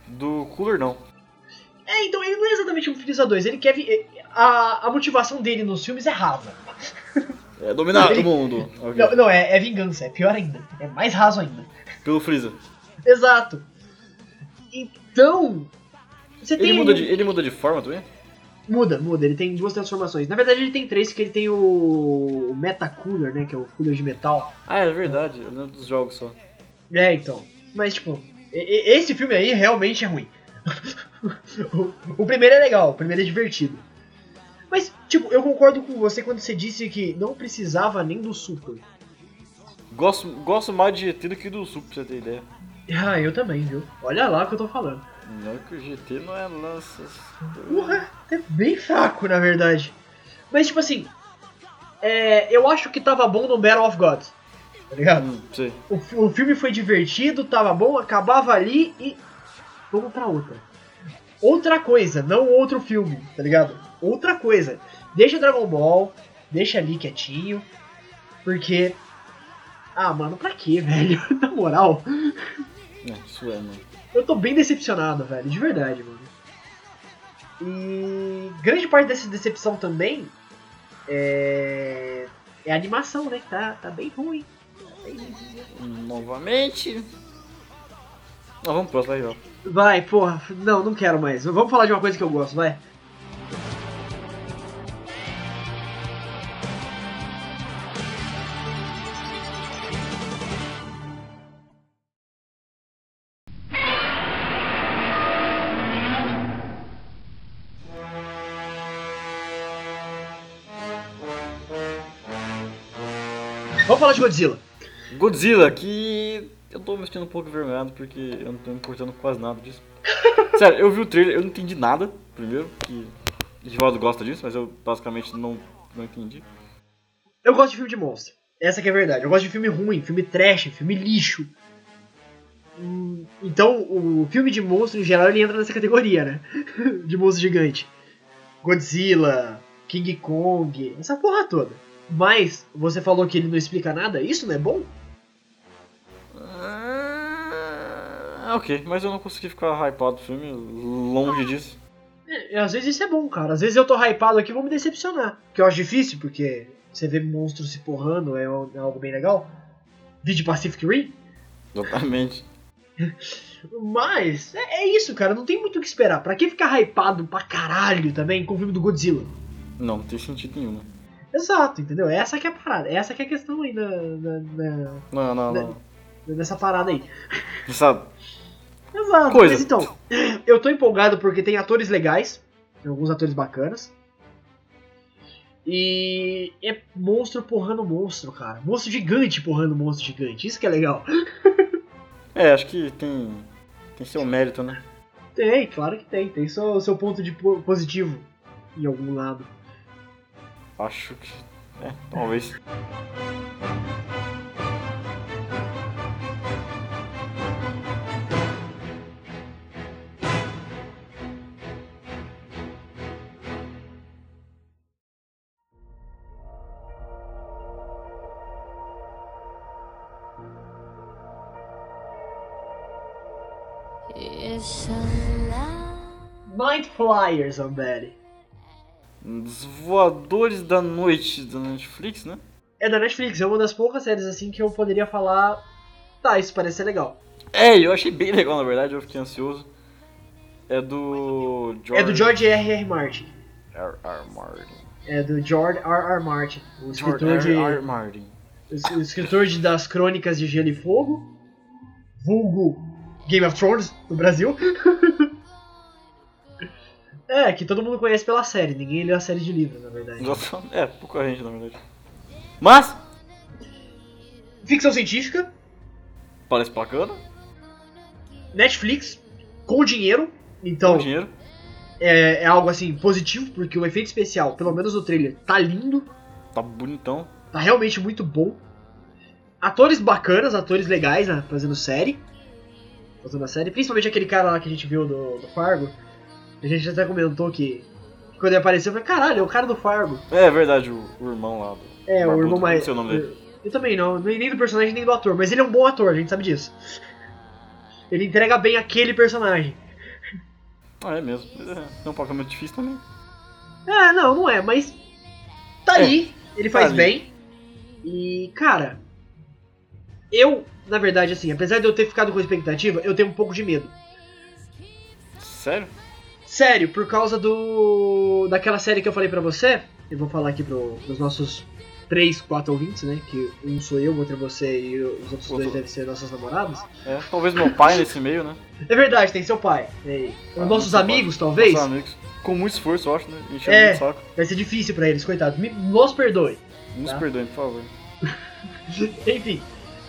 [SPEAKER 3] Do Cooler não.
[SPEAKER 2] É, então ele não é exatamente um Freeza 2, ele quer... vi- A, a motivação dele nos filmes é rasa.
[SPEAKER 3] É dominar
[SPEAKER 2] Ele-
[SPEAKER 3] todo mundo. Ok.
[SPEAKER 2] Não, não é, é vingança, é pior ainda. É mais raso ainda.
[SPEAKER 3] Pelo Freeza.
[SPEAKER 2] Exato. Então... Você
[SPEAKER 3] Ele
[SPEAKER 2] tem
[SPEAKER 3] muda,
[SPEAKER 2] aí
[SPEAKER 3] de, ele muda de forma também?
[SPEAKER 2] Muda, muda. Ele tem duas transformações. Na verdade, ele tem três, que ele tem o o Meta Cooler, né? Que é o cooler de metal.
[SPEAKER 3] Ah, é verdade. Eu lembro dos jogos só.
[SPEAKER 2] É, então. Mas, tipo, e- e- esse filme aí realmente é ruim. o, o primeiro é legal, o primeiro é divertido. Mas, tipo, eu concordo com você quando você disse que não precisava nem do Super.
[SPEAKER 3] Gosto, gosto mais de GT do que do Super, pra você ter ideia.
[SPEAKER 2] Ah, eu também, viu? Olha lá o que eu tô falando.
[SPEAKER 3] Não que o GT não é lança.
[SPEAKER 2] Porra, é bem fraco, na verdade. Mas, tipo assim, é, eu acho que tava bom no Battle of God. Tá ligado?
[SPEAKER 3] Hum, sei.
[SPEAKER 2] O, fi- o filme foi divertido, tava bom, acabava ali e. Vamos pra outra. Outra coisa, não outro filme, tá ligado? Outra coisa. Deixa Dragon Ball, deixa ali quietinho. Porque. Ah, mano, pra quê, velho? Na moral,
[SPEAKER 3] É, isso é, mano.
[SPEAKER 2] eu tô bem decepcionado, velho, de verdade, mano. E. Grande parte dessa decepção também é. É a animação, né? Tá, tá bem ruim.
[SPEAKER 3] Novamente. Ah, vamos pro próximo aí, ó.
[SPEAKER 2] Vai, porra. Não, não quero mais. Vamos falar de uma coisa que eu gosto, vai. Vamos falar de Godzilla.
[SPEAKER 3] Godzilla, que eu tô me sentindo um pouco envergonhado porque eu não tô me importando com quase nada disso. Sério, eu vi o trailer, eu não entendi nada, primeiro, que Givaldo gosta disso, mas eu basicamente não, não entendi.
[SPEAKER 2] Eu gosto de filme de monstro. Essa que é a verdade. Eu gosto de filme ruim, filme trash, filme lixo. Hum, Então, o filme de monstro, em geral, ele entra nessa categoria, né? de monstro gigante. Godzilla, King Kong, essa porra toda. Mas, você falou que ele não explica nada? Isso não é bom?
[SPEAKER 3] Ah, ok, mas eu não consegui ficar hypado do filme, longe disso.
[SPEAKER 2] É, às vezes isso é bom, cara. Às vezes eu tô hypado aqui e vou me decepcionar. Que eu acho difícil, porque você vê monstros se porrando é al- é algo bem legal. Vídeo Pacific Rim?
[SPEAKER 3] Exatamente.
[SPEAKER 2] Mas é, é isso, cara. Não tem muito o que esperar. Pra que ficar hypado pra caralho também com o filme do Godzilla?
[SPEAKER 3] Não, não tem sentido nenhum. né?
[SPEAKER 2] Exato, entendeu? Essa que é a parada. Essa que é a questão aí da, da- da-
[SPEAKER 3] Não, não, não.
[SPEAKER 2] dessa parada aí.
[SPEAKER 3] Sabe?
[SPEAKER 2] Exato.
[SPEAKER 3] Coisa.
[SPEAKER 2] Mas então, eu tô empolgado porque tem atores legais. Tem alguns atores bacanas. E é monstro porrando monstro, cara. Monstro gigante porrando monstro gigante. Isso que é legal.
[SPEAKER 3] É, acho que tem, tem seu mérito, né?
[SPEAKER 2] Tem, claro que tem. Tem só o seu ponto de po- positivo em algum lado.
[SPEAKER 3] Acho que. É, talvez.
[SPEAKER 8] It's alive.
[SPEAKER 2] Night Flyers, Amberi.
[SPEAKER 3] Os Voadores da Noite da Netflix, né?
[SPEAKER 2] é da Netflix, é uma das poucas séries assim que eu poderia falar. Tá, isso parece ser legal.
[SPEAKER 3] É, eu achei bem legal, na verdade, eu fiquei ansioso. É do. George...
[SPEAKER 2] É do George R. R. Martin.
[SPEAKER 3] R. R. Martin.
[SPEAKER 2] É do George R. R. Martin, o
[SPEAKER 3] George
[SPEAKER 2] escritor,
[SPEAKER 3] R.
[SPEAKER 2] de,
[SPEAKER 3] R. Martin.
[SPEAKER 2] o escritor de, das crônicas de Gelo e Fogo, vulgo Game of Thrones no Brasil. é, que todo mundo conhece pela série, ninguém leu a série de livro, na verdade.
[SPEAKER 3] Exatamente. É, pouca gente, na verdade. Mas,
[SPEAKER 2] Ficção científica,
[SPEAKER 3] parece bacana,
[SPEAKER 2] Netflix, com dinheiro, então
[SPEAKER 3] com dinheiro.
[SPEAKER 2] é, é algo assim positivo, porque o efeito especial, pelo menos o trailer, tá lindo,
[SPEAKER 3] Tá bonitão.
[SPEAKER 2] tá realmente muito bom. Atores bacanas, atores legais né, fazendo série. Fazendo a série. Principalmente aquele cara lá que a gente viu do, do Fargo. A gente até comentou que que quando ele apareceu, eu falei, caralho, é o cara do Fargo.
[SPEAKER 3] É verdade, o, o irmão lá. do-
[SPEAKER 2] É, o
[SPEAKER 3] Barbudo,
[SPEAKER 2] irmão
[SPEAKER 3] não
[SPEAKER 2] mais.
[SPEAKER 3] sei o nome
[SPEAKER 2] eu, eu também não, nem nem do personagem nem do ator, mas ele é um bom ator, a gente sabe disso. Ele entrega bem aquele personagem.
[SPEAKER 3] Ah, é mesmo. Mas é, é um programa difícil também.
[SPEAKER 2] Ah, não, não é, mas. Tá
[SPEAKER 3] É,
[SPEAKER 2] aí, ele
[SPEAKER 3] tá
[SPEAKER 2] faz
[SPEAKER 3] ali.
[SPEAKER 2] bem. E, cara. Eu, na verdade, assim, apesar de eu ter ficado com expectativa, eu tenho um pouco de medo.
[SPEAKER 3] Sério?
[SPEAKER 2] Sério, por causa do. daquela série que eu falei pra você, eu vou falar aqui pro, pros nossos três, quatro ouvintes, né? Que um sou eu, outro é você e os outros
[SPEAKER 3] Outro.
[SPEAKER 2] dois devem ser nossas namoradas.
[SPEAKER 3] É, talvez meu pai nesse meio, né?
[SPEAKER 2] É verdade, tem seu pai. É, Os nossos
[SPEAKER 3] seu
[SPEAKER 2] amigos, talvez.
[SPEAKER 3] Nossos amigos. Com muito esforço, eu acho, né? Encheu
[SPEAKER 2] É.
[SPEAKER 3] muito o saco.
[SPEAKER 2] Vai ser difícil pra eles, coitados. Me- Nos perdoe.
[SPEAKER 3] Nos
[SPEAKER 2] Tá.
[SPEAKER 3] perdoem, por favor.
[SPEAKER 2] Enfim,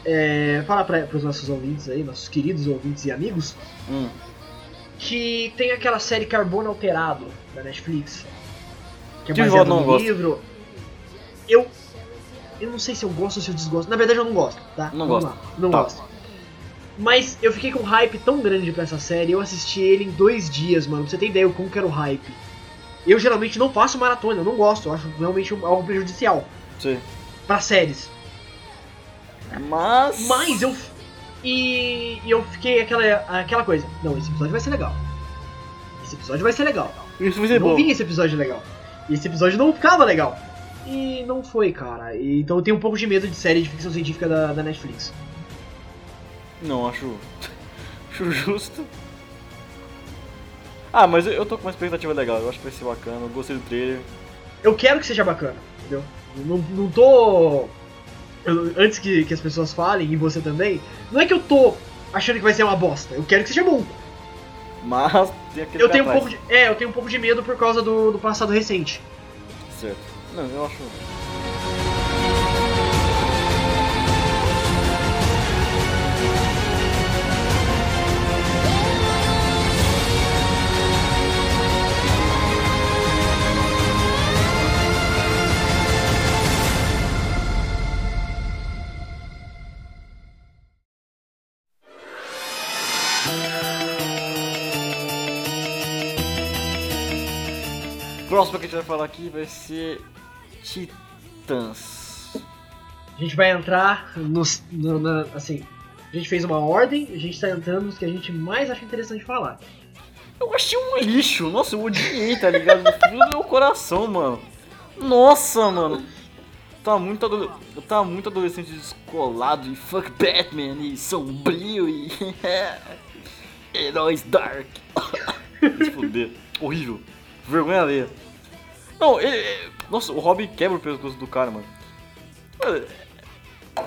[SPEAKER 2] é, falar pra, pros nossos ouvintes aí, nossos queridos ouvintes e amigos,
[SPEAKER 3] Hum.
[SPEAKER 2] que tem aquela série Carbono Alterado da Netflix. Que é
[SPEAKER 3] Que o
[SPEAKER 2] baseada
[SPEAKER 3] João não
[SPEAKER 2] no
[SPEAKER 3] gosta.
[SPEAKER 2] livro. Eu. Eu não sei se eu gosto ou se eu desgosto. Na verdade eu não gosto, tá?
[SPEAKER 3] Não
[SPEAKER 2] Vamos
[SPEAKER 3] gosta.
[SPEAKER 2] lá, Não
[SPEAKER 3] Tá.
[SPEAKER 2] gosto. Mas eu fiquei com um hype tão grande pra essa série, eu assisti ele em dois dias, mano. Pra você ter ideia como que era o hype. Eu geralmente não faço maratona, eu não gosto, eu acho realmente um- algo prejudicial
[SPEAKER 3] Sim.
[SPEAKER 2] pra séries.
[SPEAKER 3] Mas.
[SPEAKER 2] Mas eu. f- E, e eu fiquei aquela, aquela coisa. Não, esse episódio vai ser legal. Esse episódio vai ser legal.
[SPEAKER 3] Isso vai ser
[SPEAKER 2] não
[SPEAKER 3] bom.
[SPEAKER 2] vinha esse episódio legal. E esse episódio não ficava legal. E não foi, cara. E, então eu tenho um pouco de medo de série de ficção científica da, da Netflix.
[SPEAKER 3] Não, acho. acho justo. Ah, mas eu, eu tô com uma expectativa legal, eu acho que vai ser bacana, eu gostei do trailer.
[SPEAKER 2] Eu quero que seja bacana, entendeu? Eu Não, não tô. eu- antes que, que as pessoas falem, e você também, não é que eu tô achando que vai ser uma bosta. Eu quero que seja bom.
[SPEAKER 3] Mas tem aquele.
[SPEAKER 2] Eu
[SPEAKER 3] pé
[SPEAKER 2] tenho um
[SPEAKER 3] tá atrás.
[SPEAKER 2] pouco de. É, eu tenho um pouco de medo por causa do, do passado recente.
[SPEAKER 3] tá Certo. Não, eu acho. O próximo que a gente vai falar aqui vai ser. Titãs.
[SPEAKER 2] A gente vai entrar nos. no- na- assim, a gente fez uma ordem, a gente tá entrando nos que a gente mais acha interessante falar.
[SPEAKER 3] Eu achei um lixo, nossa, eu odiei, tá ligado? No fundo do meu coração, mano. Nossa, mano. Tá muito, adole... tá muito adolescente descolado e fuck Batman e sombrio e. Heróis Dark. Se fuder. Horrível. Vergonha alheia. Não, ele. é- Nossa, o Robin quebra o pescoço do cara, mano. Mano, é-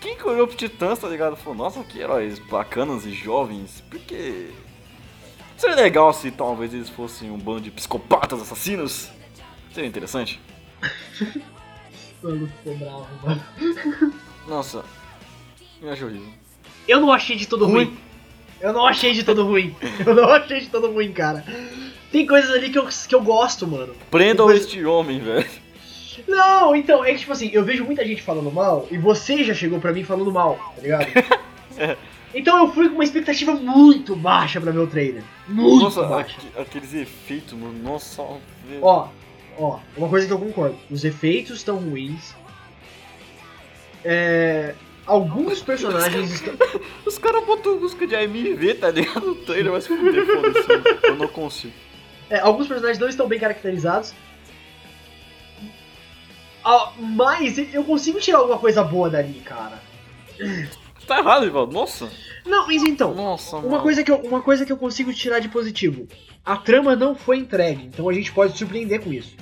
[SPEAKER 3] Quem que olhou pro Titãs, tá ligado? Falou, nossa, que heróis bacanas e jovens. Porque. Seria legal se talvez eles fossem um bando de psicopatas assassinos. Seria interessante.
[SPEAKER 2] Mano, ficou bravo, mano.
[SPEAKER 3] Nossa, eu acho horrível.
[SPEAKER 2] Eu não achei de todo ruim. Eu não achei de todo ruim. Eu não achei de todo ruim, cara. Tem coisas ali que eu, que eu gosto, mano.
[SPEAKER 3] Prendam
[SPEAKER 2] Depois-
[SPEAKER 3] este homem, velho.
[SPEAKER 2] Não, então, é que tipo assim, eu vejo muita gente falando mal e você já chegou pra mim falando mal, tá ligado? Então eu fui com uma expectativa muito baixa pra ver o trailer. Muito
[SPEAKER 3] Nossa,
[SPEAKER 2] baixa.
[SPEAKER 3] aque- aqueles efeitos, mano. Nossa, velho.
[SPEAKER 2] Ó, ó, uma coisa que eu concordo. Os efeitos estão ruins. É, alguns personagens estão.
[SPEAKER 3] Os caras botam música de AMV, tá ligado? No trailer, mas fuder, foda-se. mano. Eu não consigo.
[SPEAKER 2] é, alguns personagens não estão bem caracterizados. Ah, mas eu consigo tirar alguma coisa boa dali, cara.
[SPEAKER 3] Tá errado, Ivaldo. Nossa.
[SPEAKER 2] Não, mas então,
[SPEAKER 3] Nossa, mano.
[SPEAKER 2] uma coisa, que eu, uma coisa que eu consigo tirar de positivo. A trama não foi entregue, então a gente pode se surpreender com isso.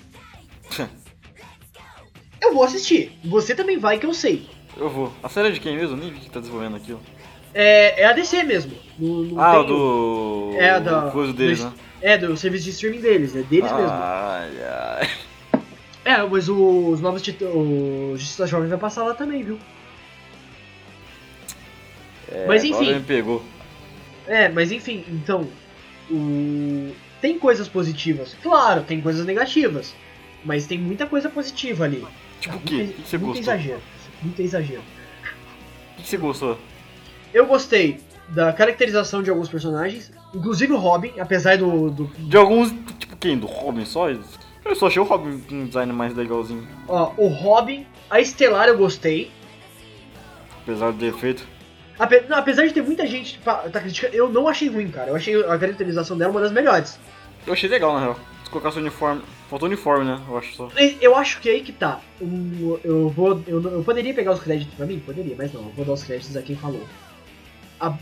[SPEAKER 2] eu vou assistir. Você também vai, que eu sei.
[SPEAKER 3] Eu vou. A série é de quem mesmo? Eu nem vi que tá desenvolvendo aquilo.
[SPEAKER 2] É, é a DC mesmo. Não, não
[SPEAKER 3] Ah, o
[SPEAKER 2] tem-
[SPEAKER 3] do.
[SPEAKER 2] É, da-
[SPEAKER 3] o coisa deles,
[SPEAKER 2] do-
[SPEAKER 3] né?
[SPEAKER 2] É, do serviço de streaming deles, é deles
[SPEAKER 3] Ah.
[SPEAKER 2] mesmo.
[SPEAKER 3] Ai, ai.
[SPEAKER 2] É, mas o- os novos titãs. Os Justiça Jovem vai passar lá também, viu?
[SPEAKER 3] É,
[SPEAKER 2] Mas
[SPEAKER 3] agora
[SPEAKER 2] enfim.
[SPEAKER 3] me pegou.
[SPEAKER 2] É, mas enfim, então. O... Tem coisas positivas. Claro, tem coisas negativas. Mas tem muita coisa positiva ali.
[SPEAKER 3] Tipo o
[SPEAKER 2] Muito
[SPEAKER 3] quê?
[SPEAKER 2] ex-
[SPEAKER 3] O que que você
[SPEAKER 2] muito
[SPEAKER 3] gostou?
[SPEAKER 2] exagero. Muito exagero.
[SPEAKER 3] O que que você gostou?
[SPEAKER 2] Eu gostei da caracterização de alguns personagens, inclusive o Robin, apesar do. do
[SPEAKER 3] De alguns. Tipo quem? Do Robin só? Eu só achei o Robin um design mais legalzinho.
[SPEAKER 2] ó, o Robin, a Estelar eu gostei.
[SPEAKER 3] Apesar do defeito.
[SPEAKER 2] Ape- não, apesar de ter muita gente que fa- tá criticando, eu não achei ruim, cara. Eu achei a caracterização dela uma das melhores.
[SPEAKER 3] Eu achei legal, na real. Se colocasse o uniforme. Faltou uniforme, né? Eu acho só.
[SPEAKER 2] E Eu acho que é aí que tá. Eu, eu vou. Eu, não- eu poderia pegar os créditos pra mim? Poderia, mas não. Eu vou dar os créditos a quem falou. A, a,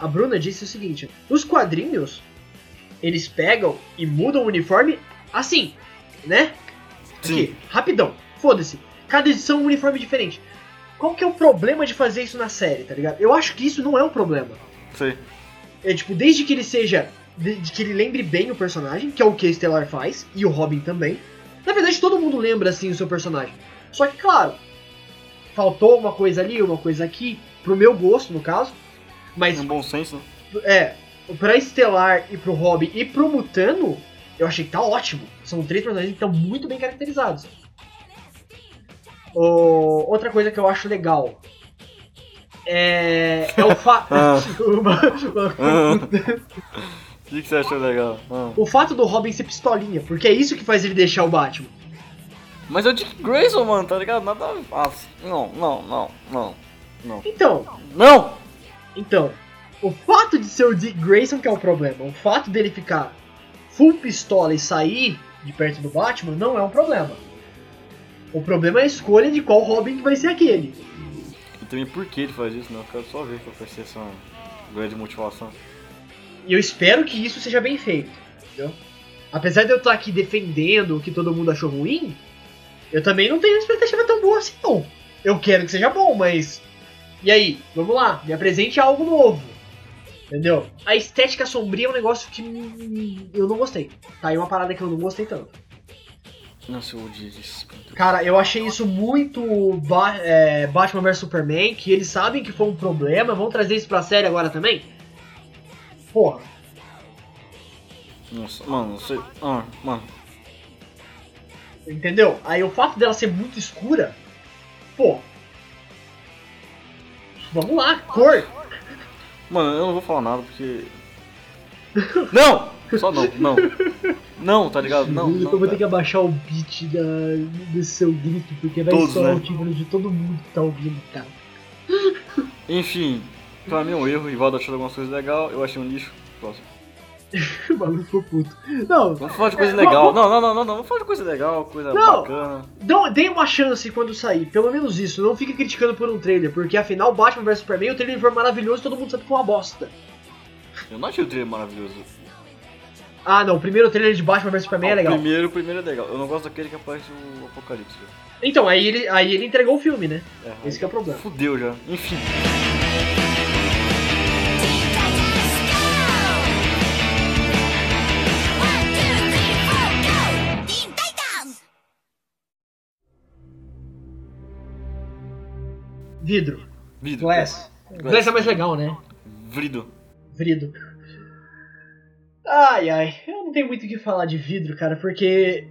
[SPEAKER 2] a Bruna disse o seguinte: os quadrinhos, eles pegam e mudam o uniforme assim, né? Aqui, rapidão. Foda-se. Cada edição um uniforme diferente. Qual que é o problema de fazer isso na série, tá ligado? Eu acho que isso não é um problema.
[SPEAKER 3] Sei.
[SPEAKER 2] É tipo, desde que ele seja. de- de que ele lembre bem o personagem, que é o que a Estelar faz, e o Robin também. Na verdade, todo mundo lembra assim o seu personagem. Só que, claro, faltou uma coisa ali, uma coisa aqui, pro meu gosto, no caso. Mas,
[SPEAKER 3] Um bom senso, né?
[SPEAKER 2] é, pra Estelar e pro Robin e pro Mutano, eu achei que tá ótimo. São três personagens que estão muito bem caracterizados. Ô, outra coisa que eu acho legal. É. É o fa.
[SPEAKER 3] Ah.
[SPEAKER 2] uma, uma
[SPEAKER 3] Ah. O que que você achou legal? Ah.
[SPEAKER 2] O fato do Robin ser pistolinha, porque é isso que faz ele deixar o Batman.
[SPEAKER 3] Mas é o Dick Grayson, mano, tá ligado? Nada fácil. Não, não, não, não.
[SPEAKER 2] Então,
[SPEAKER 3] Não!
[SPEAKER 2] então, o fato de ser o Dick Grayson que é o problema. O fato dele ficar full pistola e sair de perto do Batman não é um problema. O problema é a escolha de qual Robin que vai ser aquele.
[SPEAKER 3] E também por que ele faz isso, né? Eu quero só ver qual vai ser essa grande motivação.
[SPEAKER 2] E eu espero que isso seja bem feito, entendeu? Apesar de eu estar aqui defendendo o que todo mundo achou ruim, eu também não tenho expectativa tão boa assim, não. Eu quero que seja bom, mas. E aí, vamos lá, me apresente algo novo. Entendeu? A estética sombria é um negócio que hum, eu não gostei. Tá aí uma parada que eu não gostei tanto.
[SPEAKER 3] Nossa, eu odiei isso.
[SPEAKER 2] Cara, eu achei isso muito Ba- é, Batman vs Superman, que eles sabem que foi um problema, vão trazer isso pra série agora também? Porra.
[SPEAKER 3] Nossa, mano, você. Ah, mano.
[SPEAKER 2] Entendeu? Aí o fato dela ser muito escura, pô. Vamos lá, cor.
[SPEAKER 3] Mano, eu não vou falar nada porque. Não! Só não, não. Não, tá ligado? Não.
[SPEAKER 2] eu
[SPEAKER 3] não
[SPEAKER 2] vou ter
[SPEAKER 3] cara.
[SPEAKER 2] que abaixar o beat da, do seu grito, porque vai
[SPEAKER 3] Todos,
[SPEAKER 2] estourar
[SPEAKER 3] né?
[SPEAKER 2] o tímpano de todo mundo que tá ouvindo, cara.
[SPEAKER 3] Enfim, pra mim é um erro. Rivaldo achou algumas coisas legal, eu achei um lixo. Próximo.
[SPEAKER 2] O maluco ficou puto. Não,
[SPEAKER 3] Vamos falar de coisa
[SPEAKER 2] É,
[SPEAKER 3] legal.
[SPEAKER 2] vamos-
[SPEAKER 3] Não, não, não, não, não. Vamos falar de coisa legal, coisa
[SPEAKER 2] Não.
[SPEAKER 3] bacana.
[SPEAKER 2] não, dê uma chance quando sair, pelo menos isso. Não fique criticando por um trailer, porque afinal Batman vs Superman, o trailer foi maravilhoso e todo mundo sabe que foi uma bosta.
[SPEAKER 3] Eu não achei o trailer maravilhoso.
[SPEAKER 2] Ah, não, o primeiro trailer de Batman vs Superman
[SPEAKER 3] Ah,
[SPEAKER 2] é legal.
[SPEAKER 3] O primeiro, o primeiro é legal. Eu não gosto daquele que aparece o Apocalipse. velho.
[SPEAKER 2] Então, aí ele, aí ele entregou o filme, né?
[SPEAKER 3] É,
[SPEAKER 2] Esse que é o problema.
[SPEAKER 3] Fudeu já. Enfim.
[SPEAKER 2] Vidro,
[SPEAKER 3] Vidro.
[SPEAKER 2] Glass. Glass é mais legal, né?
[SPEAKER 3] Vrido.
[SPEAKER 2] Vrido. Ai, ai. Eu não tenho muito o que falar de vidro, cara, porque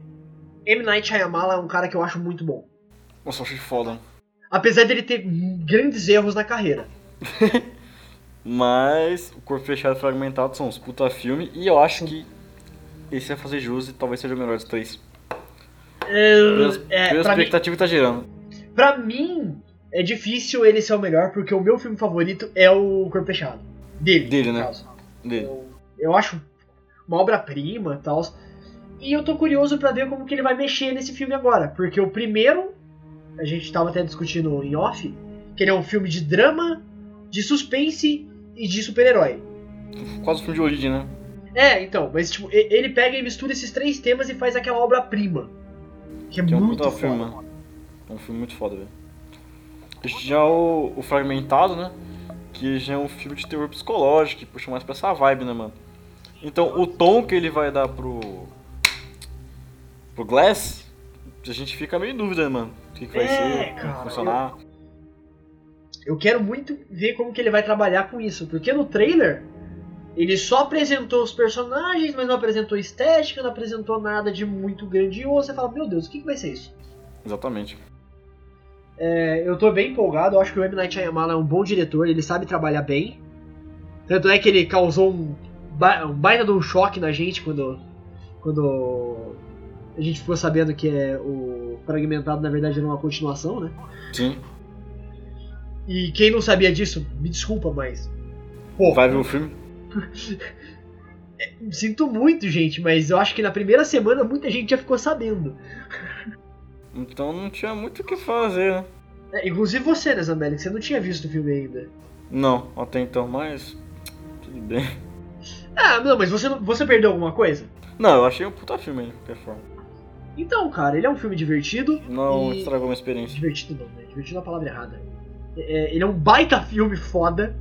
[SPEAKER 2] M. Night Shyamala é um cara que eu acho muito bom.
[SPEAKER 3] Nossa, eu achei foda.
[SPEAKER 2] Apesar dele ter grandes erros na carreira.
[SPEAKER 3] Mas o Corpo Fechado e Fragmentado são uns puta filme. E eu acho que esse vai fazer jus e talvez seja o melhor dos três.
[SPEAKER 2] É,
[SPEAKER 3] Pela
[SPEAKER 2] pra, mim,
[SPEAKER 3] expectativa tá girando.
[SPEAKER 2] pra mim, é difícil ele ser o melhor, porque o meu filme favorito é o Corpo Fechado. Dele,
[SPEAKER 3] Dele,
[SPEAKER 2] no
[SPEAKER 3] né?
[SPEAKER 2] caso.
[SPEAKER 3] Dele.
[SPEAKER 2] Eu, eu acho uma obra-prima e tal. E eu tô curioso pra ver como que ele vai mexer nesse filme agora. Porque o primeiro, a gente tava até discutindo em off, que ele é um filme de drama, de suspense e de super-herói.
[SPEAKER 3] Quase o filme de origem, né?
[SPEAKER 2] É, então, mas tipo, e- ele pega e mistura esses três temas e faz aquela obra-prima. Que é
[SPEAKER 3] Que é um
[SPEAKER 2] muito
[SPEAKER 3] puta
[SPEAKER 2] foda.
[SPEAKER 3] filme, mano. É um filme muito foda, velho. Já o, o é Fragmentado, né? que já é um filme de terror psicológico, que puxa mais pra essa vibe, né, mano? Então, o tom que ele vai dar pro. pro Glass, a gente fica meio em dúvida, né, mano? O que, que vai
[SPEAKER 2] É,
[SPEAKER 3] ser, como
[SPEAKER 2] cara,
[SPEAKER 3] vai funcionar.
[SPEAKER 2] Eu quero muito ver como que ele vai trabalhar com isso, porque no trailer ele só apresentou os personagens, mas não apresentou estética, não apresentou nada de muito grandioso. Você fala, meu Deus, o que, que vai ser isso?
[SPEAKER 3] Exatamente.
[SPEAKER 2] É, eu tô bem empolgado, eu acho que o M. Night Shyamalan é um bom diretor, ele sabe trabalhar bem. Tanto é que ele causou um, ba- um baita de um choque na gente quando, quando a gente ficou sabendo que é o Fragmentado na verdade era uma continuação, né?
[SPEAKER 3] Sim.
[SPEAKER 2] E quem não sabia disso, me desculpa, mas. Pô,
[SPEAKER 3] Vai ver o filme?
[SPEAKER 2] Sinto muito, gente, mas eu acho que na primeira semana muita gente já ficou sabendo.
[SPEAKER 3] Então não tinha muito o que fazer, né?
[SPEAKER 2] É, inclusive você, né, Zambelli, que você não tinha visto o filme ainda.
[SPEAKER 3] Não, até então, mas. Tudo bem.
[SPEAKER 2] Ah, não, mas você, não- você perdeu alguma coisa?
[SPEAKER 3] Não, eu achei um puta filme aí, de qualquer forma.
[SPEAKER 2] Então, cara, ele é um filme divertido.
[SPEAKER 3] Não
[SPEAKER 2] e-
[SPEAKER 3] estragou minha experiência.
[SPEAKER 2] Divertido não, né? Divertido é a palavra errada. É, é, ele é um baita filme foda.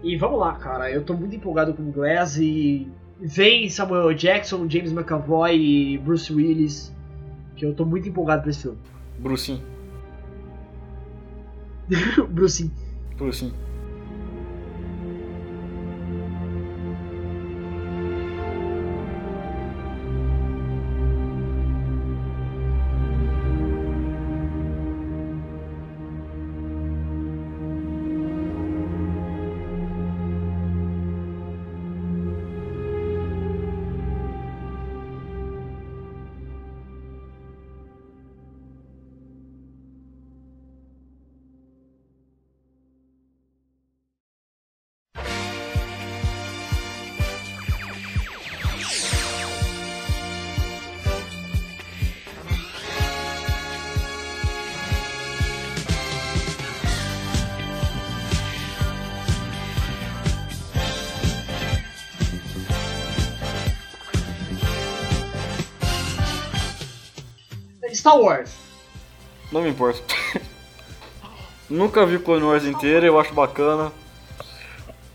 [SPEAKER 2] E vamos lá, cara. Eu tô muito empolgado com o Glass e vem Samuel Jackson, James McAvoy e Bruce Willis. Que eu tô muito empolgado pra esse filme.
[SPEAKER 3] Brucinho,
[SPEAKER 2] Bruce,
[SPEAKER 3] Brucinho.
[SPEAKER 2] Star Wars.
[SPEAKER 3] Não me importa. Nunca vi Clone Wars inteira, eu acho bacana.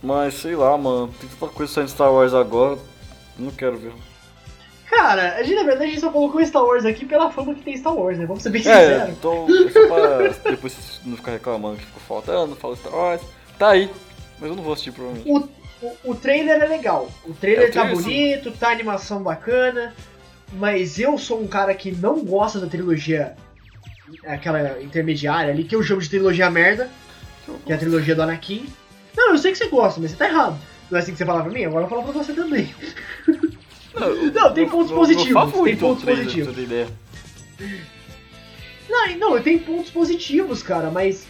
[SPEAKER 3] Mas sei lá, mano, tem tanta coisa saindo de Star Wars agora. Não quero ver.
[SPEAKER 2] Cara, a gente na verdade a gente só colocou Star Wars aqui pela fama que tem Star Wars, né? Vamos ser bem
[SPEAKER 3] É,
[SPEAKER 2] sinceros.
[SPEAKER 3] então, é só pra depois vocês não ficar reclamando que ficou faltando, fala Star Wars. Tá aí, mas eu não vou assistir provavelmente.
[SPEAKER 2] O, o, o trailer é legal. O trailer
[SPEAKER 3] É, o
[SPEAKER 2] tá
[SPEAKER 3] trailer, sim.
[SPEAKER 2] bonito, tá animação bacana. Mas eu sou um cara que não gosta da trilogia. Aquela intermediária ali, que eu chamo de trilogia merda, que é a trilogia do Anakin. Não, eu sei que você gosta, mas você tá errado. Não é assim que você fala pra mim? Agora eu falo pra você também. Não, tem pontos positivos, tem
[SPEAKER 3] é
[SPEAKER 2] pontos positivos.
[SPEAKER 3] Você ideia.
[SPEAKER 2] Não, e não, eu tenho pontos positivos, cara, mas.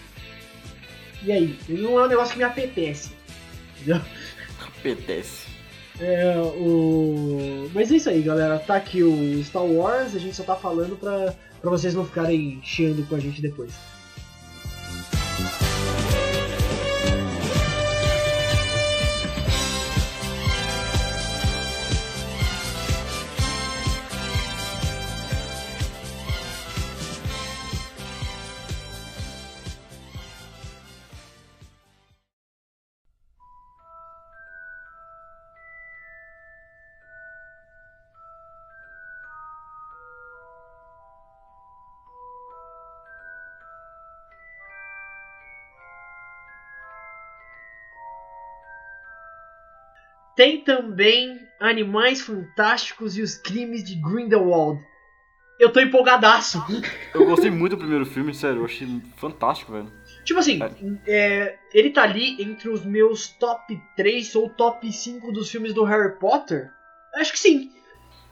[SPEAKER 2] E aí? Não é um negócio que me apetece. Entendeu?
[SPEAKER 3] Apetece.
[SPEAKER 2] É, o... Mas é isso aí, galera. Tá aqui o Star Wars, a gente só tá falando pra, pra vocês não ficarem chiando com a gente depois. Tem também Animais Fantásticos e os Crimes de Grindelwald. Eu tô empolgadaço.
[SPEAKER 3] Eu gostei muito do primeiro filme, sério, eu achei fantástico, velho.
[SPEAKER 2] Tipo assim, é, ele tá ali entre os meus top 3 ou top 5 dos filmes do Harry Potter? Acho que sim.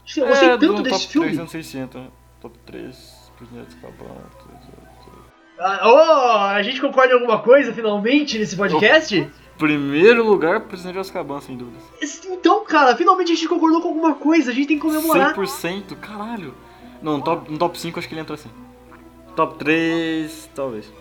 [SPEAKER 2] Acho que Eu gostei
[SPEAKER 3] É, do
[SPEAKER 2] tanto desse
[SPEAKER 3] top
[SPEAKER 2] filme.
[SPEAKER 3] 3, não sei se entra. Top 3, Prisioneiro de Azkaban, tudo.
[SPEAKER 2] Ah, Oh, a gente concorda em alguma coisa finalmente nesse podcast?
[SPEAKER 3] Primeiro lugar, Prisioneiro de Azkaban, sem dúvidas.
[SPEAKER 2] Então, cara, finalmente a gente concordou com alguma coisa, a gente tem que comemorar.
[SPEAKER 3] 100%, caralho. Não, no top, no top 5 acho que ele entra assim. Top 3, talvez.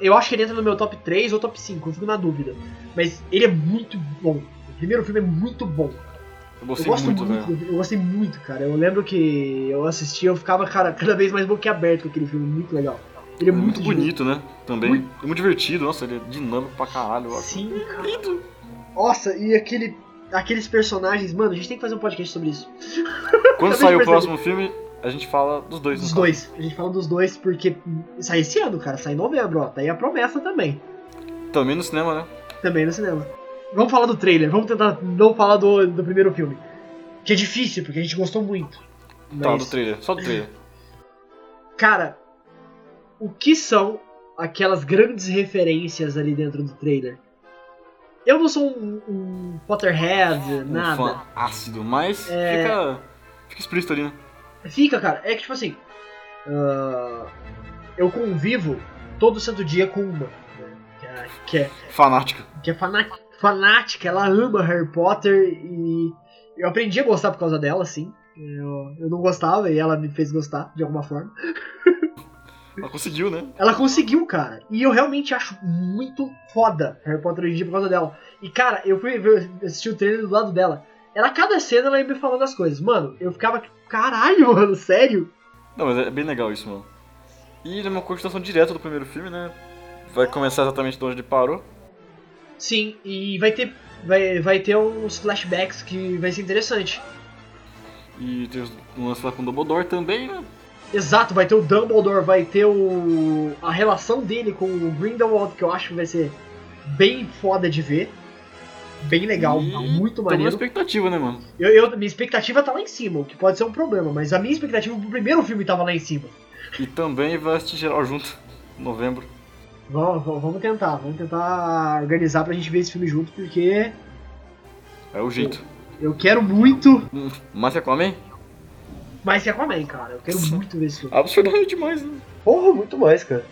[SPEAKER 2] Eu acho que ele entra no meu top 3 ou top 5, eu fico na dúvida. Mas ele é muito bom. O primeiro filme é muito bom.
[SPEAKER 3] Eu
[SPEAKER 2] Eu
[SPEAKER 3] gostei
[SPEAKER 2] gosto
[SPEAKER 3] muito,
[SPEAKER 2] muito,
[SPEAKER 3] velho.
[SPEAKER 2] eu gostei muito, cara. Eu lembro que eu assistia, eu ficava cara, cada vez mais boquiaberto com aquele filme, muito legal. Ele é
[SPEAKER 3] É
[SPEAKER 2] muito,
[SPEAKER 3] muito bonito, né? Também. É muito divertido, nossa, ele é dinâmico pra caralho. eu acho.
[SPEAKER 2] Sim, cara. Nossa, e aquele, aqueles personagens, mano, a gente tem que fazer um podcast sobre isso. Acabei
[SPEAKER 3] Quando
[SPEAKER 2] de
[SPEAKER 3] sair o
[SPEAKER 2] perceber.
[SPEAKER 3] próximo filme, a gente fala dos dois. no
[SPEAKER 2] Dos
[SPEAKER 3] caso.
[SPEAKER 2] dois. A gente fala dos dois porque sai esse ano, cara. Sai em novembro, ó. Tá aí a promessa também.
[SPEAKER 3] Também no cinema, né?
[SPEAKER 2] Também no cinema. Vamos falar do trailer. Vamos tentar não falar do, do primeiro filme. Que é difícil, porque a gente gostou muito.
[SPEAKER 3] Tá,
[SPEAKER 2] Mas,
[SPEAKER 3] do trailer. Só do trailer.
[SPEAKER 2] cara, o que são aquelas grandes referências ali dentro do trailer? Eu não sou um, um Potterhead,
[SPEAKER 3] Um
[SPEAKER 2] nada.
[SPEAKER 3] fã ácido, mas
[SPEAKER 2] É.
[SPEAKER 3] fica. Fica explícito ali, né?
[SPEAKER 2] Fica, cara. É que, tipo assim, ah, eu convivo todo santo dia com uma, né, que é- que é
[SPEAKER 3] Fanática.
[SPEAKER 2] que é fana- fanática, ela ama Harry Potter e eu aprendi a gostar por causa dela, assim. Eu, eu não gostava e ela me fez gostar de alguma forma.
[SPEAKER 3] Ela conseguiu, né?
[SPEAKER 2] Ela conseguiu, cara. E eu realmente acho muito foda Harry Potter hoje em dia por causa dela. E, cara, eu fui ver, assistir o trailer do lado dela. Ela, a cada cena, ela ia me falando as coisas. Mano, eu ficava tipo, caralho, mano, sério?
[SPEAKER 3] Não, mas é bem legal isso, mano. E ele é uma continuação direta do primeiro filme, né? Vai começar exatamente de onde ele parou.
[SPEAKER 2] Sim, e vai ter, vai, vai ter uns flashbacks que vai ser interessante.
[SPEAKER 3] E tem os- um lance lá com o Dumbledore também, né?
[SPEAKER 2] Exato, vai ter o Dumbledore, vai ter o a relação dele com o Grindelwald, que eu acho que vai ser bem foda de ver. Bem legal,
[SPEAKER 3] E
[SPEAKER 2] tá muito
[SPEAKER 3] Tá na
[SPEAKER 2] maneiro.
[SPEAKER 3] expectativa, né, mano?
[SPEAKER 2] Eu, eu- minha expectativa tá lá em cima, o que pode ser um problema, mas a minha expectativa pro primeiro filme tava lá em cima.
[SPEAKER 3] E também vai assistir geral junto, em novembro.
[SPEAKER 2] Vamos, vamos- vamos tentar, vamos tentar organizar pra gente ver esse filme junto, porque
[SPEAKER 3] É o jeito.
[SPEAKER 2] eu quero muito
[SPEAKER 3] Hum, Mas Aquaman?
[SPEAKER 2] mais que Aquaman, cara. Eu quero muito ver esse filme.
[SPEAKER 3] Absurdamente demais, né?
[SPEAKER 7] Porra, muito mais, cara.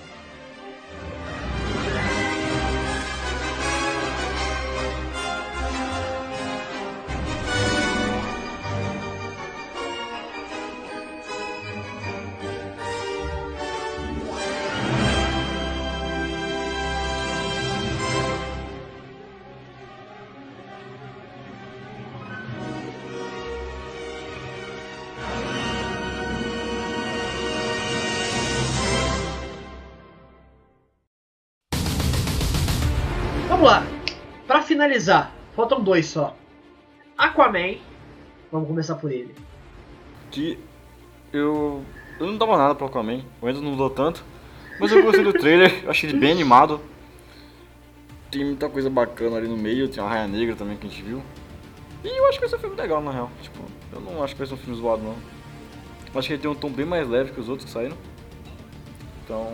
[SPEAKER 2] Vamos lá. Pra finalizar, faltam dois só. Aquaman. Vamos começar por ele.
[SPEAKER 3] Que eu. Eu não dava nada pro Aquaman, eu ainda não dou tanto. Mas eu gostei do trailer, eu achei ele bem animado. Tem muita coisa bacana ali no meio, tem uma raia negra também que a gente viu. E eu acho que esse é um filme legal, na real. Tipo, eu não acho que vai ser um filme zoado não. Eu acho que ele tem um tom bem mais leve que os outros que saíram. Então.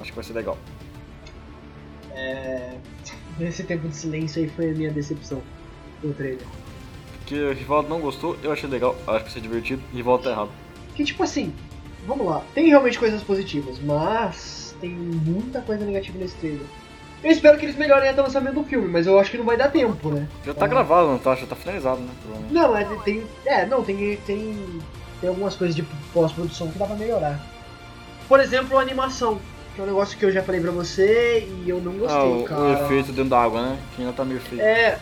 [SPEAKER 3] Acho que vai ser legal.
[SPEAKER 2] É, Esse tempo de silêncio aí foi a minha decepção com o trailer.
[SPEAKER 3] Porque o Rivaldo não gostou, eu achei legal, eu acho que vai ser divertido, e Rivaldo tá errado.
[SPEAKER 2] Que tipo assim, vamos lá, tem realmente coisas positivas, mas tem muita coisa negativa nesse trailer. Eu espero que eles melhorem até o lançamento do filme, mas eu acho que não vai dar tempo, né?
[SPEAKER 3] Já tá gravado, não tá? Já tá finalizado, né? Provavelmente.
[SPEAKER 2] Não, é, tem. É, não, tem. Tem, tem algumas coisas de pós-produção que dá pra melhorar. Por exemplo, a animação, que é um negócio que eu já falei pra você e eu não
[SPEAKER 3] Ah,
[SPEAKER 2] gostei,
[SPEAKER 3] o,
[SPEAKER 2] cara.
[SPEAKER 3] o efeito dentro da água, né? Que ainda tá meio feio.
[SPEAKER 2] É,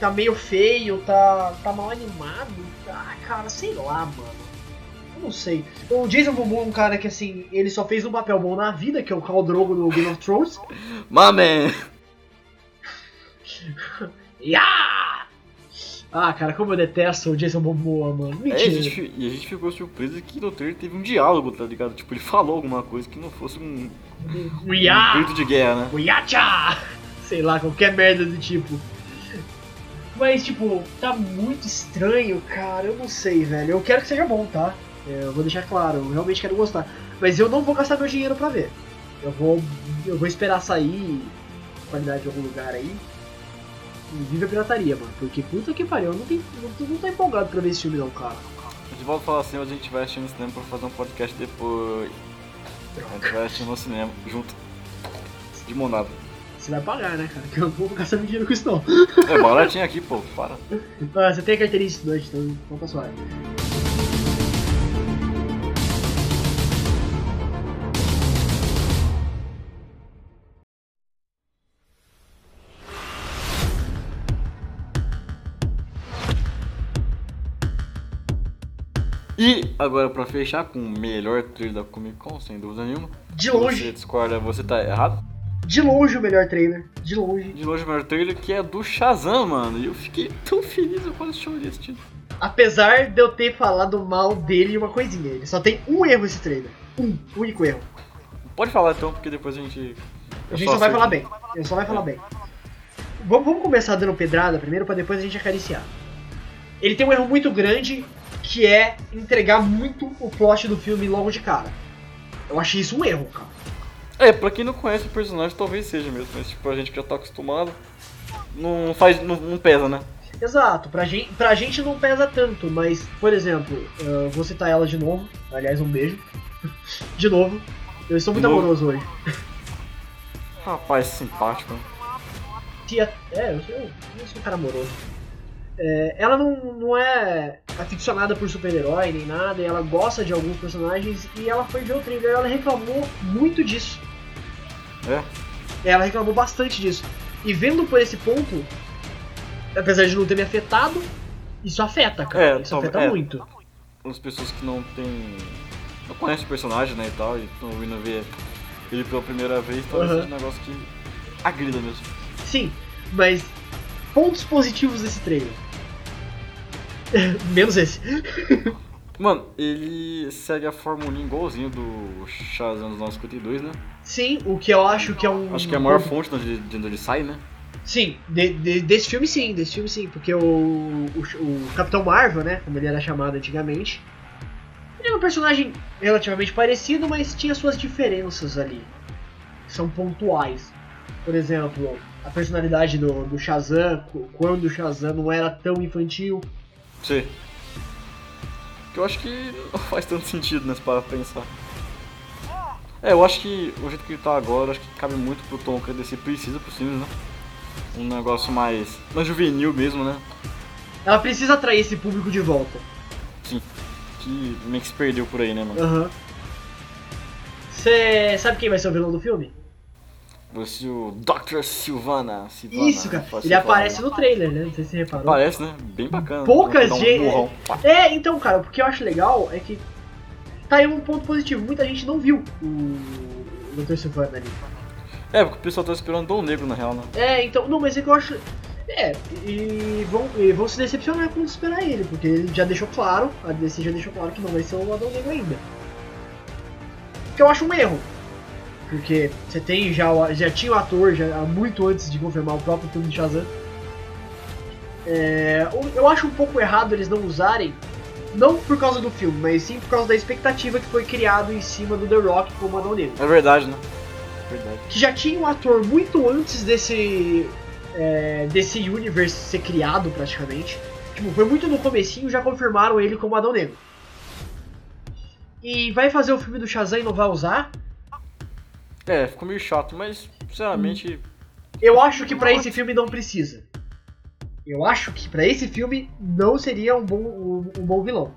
[SPEAKER 2] tá meio feio, tá, tá mal animado. Ah, cara, sei lá, mano. Eu não sei. O Jason Momoa é um cara que, assim, ele só fez um papel bom na vida, que é o Khal Drogo no Game of Thrones.
[SPEAKER 3] Mamen!
[SPEAKER 2] Yeah! Ah, cara, como eu detesto o Jason Momoa, mano.
[SPEAKER 3] É, a
[SPEAKER 2] Mentira.
[SPEAKER 3] gente, fi- e a gente ficou surpreso que no trailer teve um diálogo, tá ligado? Tipo, ele falou alguma coisa que não fosse um,
[SPEAKER 2] O
[SPEAKER 3] um
[SPEAKER 2] Yeah!
[SPEAKER 3] grito de guerra, né?
[SPEAKER 2] O Yacha! Sei lá, qualquer merda do tipo. Mas, tipo, tá muito estranho, cara. Eu não sei, velho. Eu quero que seja bom, tá? É, Eu vou deixar claro, eu realmente quero gostar. Mas eu não vou gastar meu dinheiro pra ver. Eu vou. Eu vou esperar sair qualidade de algum lugar aí. E vive a pirataria, mano. Porque puta que pariu, eu não, tenho, não, tô- não tô empolgado pra ver esse filme não, cara.
[SPEAKER 3] O Divaldo fala assim, mas a gente vai assistir no cinema pra fazer um podcast depois. A gente vai assistir no cinema, junto. De monada.
[SPEAKER 2] Você vai pagar, né, cara? Que eu não vou gastar meu dinheiro com isso não.
[SPEAKER 3] É baratinho aqui, pô, para.
[SPEAKER 2] Ah, você tem a carteirinha de estudante, então conta sua.
[SPEAKER 3] E agora pra fechar com o melhor trailer da Comic Con, sem dúvida nenhuma.
[SPEAKER 2] De
[SPEAKER 3] Se
[SPEAKER 2] longe,
[SPEAKER 3] Você discorda, você tá errado.
[SPEAKER 2] de longe o melhor trailer. De longe.
[SPEAKER 3] De longe o melhor trailer que é do Shazam, mano. E eu fiquei tão feliz, eu quase chorei assistindo.
[SPEAKER 2] Apesar de eu ter falado mal dele em uma coisinha. Ele só tem um erro esse trailer. Um, único erro.
[SPEAKER 3] Pode falar então, porque depois a gente.
[SPEAKER 2] A
[SPEAKER 3] eu
[SPEAKER 2] gente só vai
[SPEAKER 3] aceito.
[SPEAKER 2] falar bem. Ele só vai falar bem. Vamos, vamos começar dando pedrada primeiro pra depois a gente acariciar. Ele tem um erro muito grande que é entregar muito o plot do filme logo de cara. Eu achei isso um erro, cara.
[SPEAKER 3] É, pra quem não conhece o personagem, talvez seja mesmo, mas tipo, a gente que já tá acostumado. Não faz. Não, não pesa, né?
[SPEAKER 2] Exato, pra gente, pra gente não pesa tanto, mas, por exemplo, ah, vou citar ela de novo. Aliás, um beijo. De novo. Eu estou muito
[SPEAKER 3] De novo.
[SPEAKER 2] amoroso hoje.
[SPEAKER 3] Rapaz, simpático. né?
[SPEAKER 2] Tia, é, eu sou, eu sou um cara amoroso. É, ela não, não é aficionada por super-herói nem nada, e ela gosta de alguns personagens, e ela foi ver o trailer ela reclamou muito disso.
[SPEAKER 3] É?
[SPEAKER 2] Ela reclamou bastante disso. E vendo por esse ponto, apesar de não ter me afetado, isso afeta, cara.
[SPEAKER 3] É,
[SPEAKER 2] isso
[SPEAKER 3] talvez-
[SPEAKER 2] afeta
[SPEAKER 3] é.
[SPEAKER 2] muito.
[SPEAKER 3] As pessoas que não tem. não conhecem o personagem, né e tal, e estão ouvindo ver ele pela primeira vez, talvez
[SPEAKER 2] Aham.
[SPEAKER 3] seja um negócio que agrida mesmo.
[SPEAKER 2] Sim, mas pontos positivos desse trailer. Menos esse.
[SPEAKER 3] Mano, ele segue a formulinha igualzinho do Shazam dos 952, né?
[SPEAKER 2] Sim, o que eu acho que é um.
[SPEAKER 3] Acho que é a maior
[SPEAKER 2] um
[SPEAKER 3] fonte de onde, de onde ele sai, né?
[SPEAKER 2] Sim, de- de- desse filme sim, desse filme sim, porque o, o- o Capitão Marvel, né, como ele era chamado antigamente, ele era um personagem relativamente parecido, mas tinha suas diferenças ali, que são pontuais. Por exemplo, a personalidade do, do Shazam, qu- quando o Shazam não era tão infantil.
[SPEAKER 3] Sim. Que eu acho que não faz tanto sentido, né, se parar pra pensar. É, eu acho que o jeito que ele tá agora, acho que cabe muito pro Tom que desse precisa pros filmes, né? Um negócio mais. mais juvenil mesmo, né?
[SPEAKER 2] Ela precisa atrair esse público de volta.
[SPEAKER 3] Que meio que se perdeu por aí, né, mano?
[SPEAKER 2] Aham. Você sabe quem vai ser o vilão do filme?
[SPEAKER 3] Você o Dr. Silvana. Silvana
[SPEAKER 2] Isso, cara.
[SPEAKER 3] faz
[SPEAKER 2] Ele
[SPEAKER 3] Silvana.
[SPEAKER 2] aparece no trailer, né? Não sei se você reparou.
[SPEAKER 3] Aparece, né? Bem bacana.
[SPEAKER 2] Poucas
[SPEAKER 3] Dá um
[SPEAKER 2] gente-
[SPEAKER 3] murrão. Pá.
[SPEAKER 2] É, então, cara, o que eu acho legal é que tá aí um ponto positivo. Muita gente não viu o Dr. Silvana ali.
[SPEAKER 3] É, porque o pessoal tá esperando Dom Negro, na real, né?
[SPEAKER 2] É, então, não, mas é que eu acho. É, e vão, e vão se decepcionar quando esperar ele, porque ele já deixou claro, a DC já deixou claro que não vai ser o Adão Negro ainda. Que eu acho um erro. Porque você tem já, o- já tinha o ator já há muito antes de confirmar o próprio filme de Shazam. É, o- eu acho um pouco errado eles não usarem, não por causa do filme, mas sim por causa da expectativa que foi criado em cima do The Rock como Adão Negro
[SPEAKER 3] É verdade, né? Verdade.
[SPEAKER 2] que já tinha um ator muito antes desse é, desse universo ser criado praticamente. Tipo, foi muito no comecinho, já confirmaram ele como Adão Negro. E vai fazer o filme do Shazam e não vai usar?
[SPEAKER 3] É, ficou meio chato, mas, sinceramente,
[SPEAKER 2] Eu acho que pra esse filme não precisa. Eu acho que pra esse filme não seria um bom, um, um bom vilão.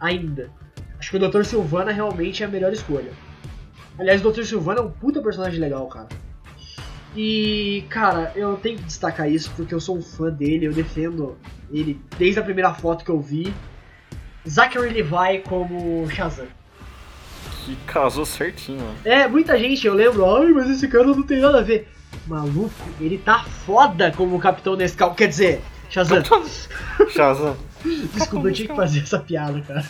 [SPEAKER 2] Ainda. Acho que o Dr. Silvana realmente é a melhor escolha. Aliás, o Dr. Silvana é um puta personagem legal, cara. E, cara, eu tenho que destacar isso porque eu sou um fã dele, eu defendo ele desde a primeira foto que eu vi. Zachary Levi como Shazam.
[SPEAKER 3] que casou certinho, mano.
[SPEAKER 2] É, muita gente, eu lembro, ai, mas esse cara não tem nada a ver. Maluco, ele tá foda como o Capitão Nescau. Quer dizer, Shazam,
[SPEAKER 3] Shazam.
[SPEAKER 2] desculpa, eu tinha que fazer essa piada, cara.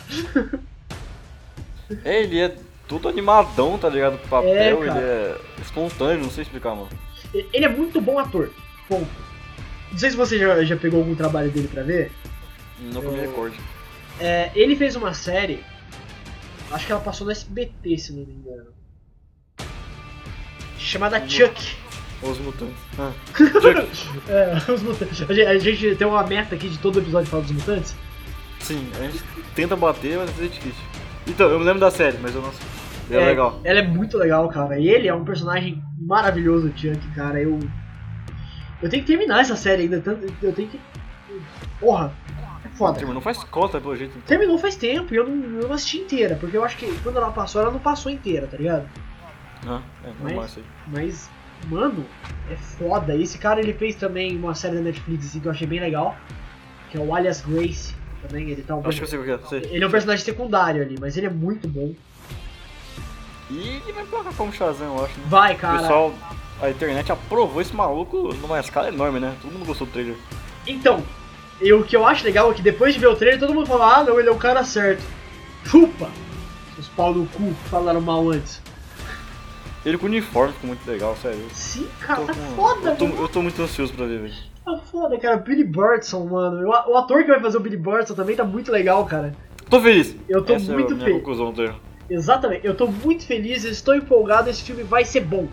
[SPEAKER 3] É, ele é todo animadão, tá ligado? Pro papel,
[SPEAKER 2] É, cara.
[SPEAKER 3] ele é espontâneo, não sei explicar, mano.
[SPEAKER 2] E- Ele é muito bom ator. Ponto. Não sei se você já, já pegou algum trabalho dele pra ver.
[SPEAKER 3] Não que eu me recorde.
[SPEAKER 2] É, ele fez uma série, acho que ela passou no SBT, se não me engano. Chamada Chuck.
[SPEAKER 3] Os mutantes. Ah.
[SPEAKER 2] É, os mutantes. A gente, a gente tem uma meta aqui de todo episódio falar dos mutantes.
[SPEAKER 3] Sim, a gente tenta bater, mas é difícil. Então, eu me lembro da série, mas eu não sei. É, legal.
[SPEAKER 2] Ela é muito legal, cara. E ele é um personagem maravilhoso, o Chuck, cara. Eu. Eu tenho que terminar essa série ainda. Tanto, eu tenho que. Porra! É foda.
[SPEAKER 3] Tipo, não faz cota pelo jeito.
[SPEAKER 2] Terminou faz tempo e eu não, eu não assisti inteira, porque eu acho que quando ela passou, ela não passou inteira, tá ligado?
[SPEAKER 3] Ah, é, normal
[SPEAKER 2] Mas-
[SPEAKER 3] isso aí.
[SPEAKER 2] Mas, mano, é foda. Esse cara ele fez também uma série da Netflix assim, que eu achei bem legal, que é o Alias Grace. também, ele tá um
[SPEAKER 3] Acho que eu sei o que é. Sei.
[SPEAKER 2] Ele é um personagem secundário ali, mas ele é muito bom.
[SPEAKER 3] E ele vai colocar como Shazam, eu acho. Né?
[SPEAKER 2] Vai,
[SPEAKER 3] O
[SPEAKER 2] cara.
[SPEAKER 3] pessoal, a internet aprovou esse maluco numa escala enorme, né? Todo mundo gostou do trailer.
[SPEAKER 2] Então, e o que eu acho legal é que depois de ver o trailer, todo mundo fala, ah não, ele é o cara certo. Chupa! Os pau no cu que falaram mal antes.
[SPEAKER 3] Ele com uniforme ficou muito legal, sério.
[SPEAKER 2] Sim, cara,
[SPEAKER 3] Tô
[SPEAKER 2] tá
[SPEAKER 3] com-
[SPEAKER 2] foda,
[SPEAKER 3] eu tô,
[SPEAKER 2] velho.
[SPEAKER 3] eu tô muito ansioso pra ver, velho.
[SPEAKER 2] Tá foda, cara. Billy Burton, mano. Eu- O ator que vai fazer o Billy Burton também tá muito legal, cara.
[SPEAKER 3] Tô feliz!
[SPEAKER 2] Eu tô
[SPEAKER 3] Essa é
[SPEAKER 2] muito
[SPEAKER 3] a minha
[SPEAKER 2] feliz.
[SPEAKER 3] conclusão do trailer.
[SPEAKER 2] Exatamente. Eu tô muito feliz, eu estou empolgado, esse filme vai ser bom.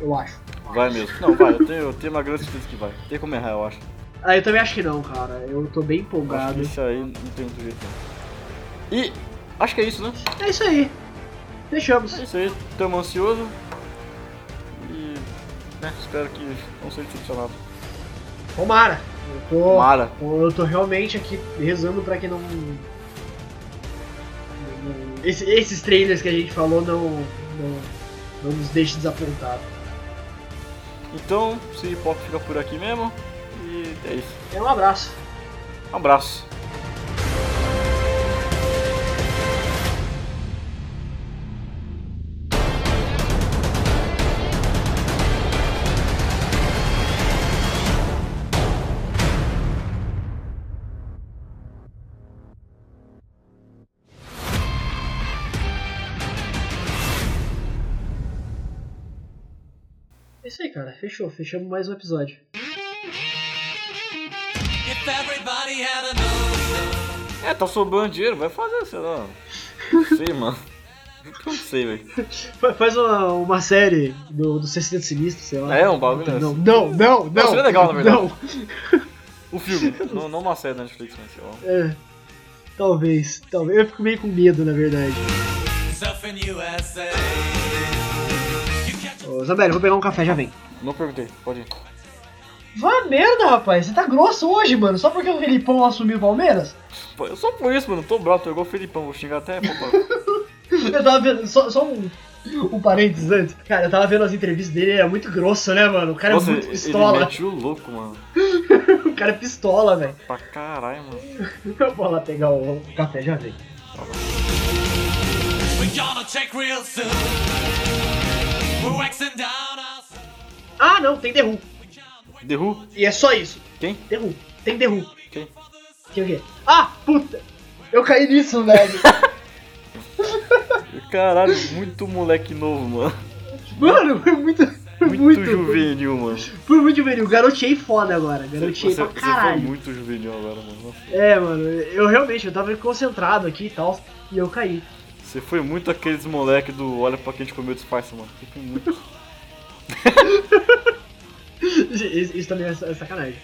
[SPEAKER 2] Eu acho.
[SPEAKER 3] Vai mesmo. Não, vai, eu tenho, eu tenho uma grande certeza que vai. Tem como errar, eu acho.
[SPEAKER 2] Ah, eu também acho que não, cara. Eu tô bem
[SPEAKER 3] Acho que
[SPEAKER 2] empolgado.
[SPEAKER 3] isso aí não tem muito jeito. não. E acho que é isso, né?
[SPEAKER 2] É isso aí. Deixamos.
[SPEAKER 3] É isso aí, tamo ansioso. E né, espero que não seja decepcionado.
[SPEAKER 2] Tomara. Eu tô...
[SPEAKER 3] Tomara.
[SPEAKER 2] Eu tô realmente aqui rezando pra que não. Esse- esses trailers que a gente falou não. não, não nos deixe desapontado.
[SPEAKER 3] Então, City Pop fica por aqui mesmo. E é isso.
[SPEAKER 2] É um abraço.
[SPEAKER 3] Um abraço.
[SPEAKER 2] É isso aí, cara. Fechou. Fechamos mais um episódio.
[SPEAKER 3] É, tá sobrando dinheiro, vai fazer, sei lá. sei, mano. Não sei, velho.
[SPEAKER 2] Fa- Faz uma, uma série do, do 60 Sinistro, sei lá.
[SPEAKER 3] É um bagulho
[SPEAKER 2] Não,
[SPEAKER 3] desse.
[SPEAKER 2] não, não, não.
[SPEAKER 3] seria legal, na verdade.
[SPEAKER 2] Não.
[SPEAKER 3] O filme, não, não uma série da Netflix, mas sei lá.
[SPEAKER 2] É. Talvez, talvez. Eu fico meio com medo, na verdade. Ô, Zambelli, eu vou pegar um café, já vem.
[SPEAKER 3] Não perguntei, pode ir.
[SPEAKER 2] Vá merda, rapaz. Você tá grosso hoje, mano. Só porque o Felipão assumiu o Palmeiras?
[SPEAKER 3] Pô, eu só por isso, mano, tô bravo, tô igual o Felipão, vou xingar até. pô, pô.
[SPEAKER 2] Eu tava vendo... Só, só um... Um parênteses antes. Cara, eu tava vendo as entrevistas dele, ele é muito grosso, né, mano? O cara
[SPEAKER 3] Nossa,
[SPEAKER 2] é muito
[SPEAKER 3] ele, ele
[SPEAKER 2] pistola.
[SPEAKER 3] mete o louco, mano.
[SPEAKER 2] O cara é pistola, velho.
[SPEAKER 3] Pra caralho, mano.
[SPEAKER 2] Eu vou lá pegar o o café, já vem.
[SPEAKER 9] We're gonna check real soon. We're waxing down our
[SPEAKER 2] Ah, não, tem The Who.
[SPEAKER 3] The Who?
[SPEAKER 2] E é só isso.
[SPEAKER 3] Quem?
[SPEAKER 2] The Who. Tem The Who.
[SPEAKER 3] Quem?
[SPEAKER 2] Tem o quê? Ah, puta! Eu caí nisso, velho.
[SPEAKER 3] Caralho, muito moleque novo, mano.
[SPEAKER 2] Mano, foi muito. Foi
[SPEAKER 3] Muito,
[SPEAKER 2] muito.
[SPEAKER 3] juvenil, mano.
[SPEAKER 2] Foi muito juvenil. Garoteei foda agora.
[SPEAKER 3] Você,
[SPEAKER 2] Garoteei
[SPEAKER 3] você
[SPEAKER 2] pra
[SPEAKER 3] foi
[SPEAKER 2] caralho.
[SPEAKER 3] muito juvenil agora, mano. Nossa,
[SPEAKER 2] É, mano, eu realmente, eu tava concentrado aqui e tal, e eu caí.
[SPEAKER 3] Você foi muito aqueles moleque do olha pra quem te comeu disfarça, mano. Você foi muito.
[SPEAKER 2] Isso, isso também é sa- é sacanagem.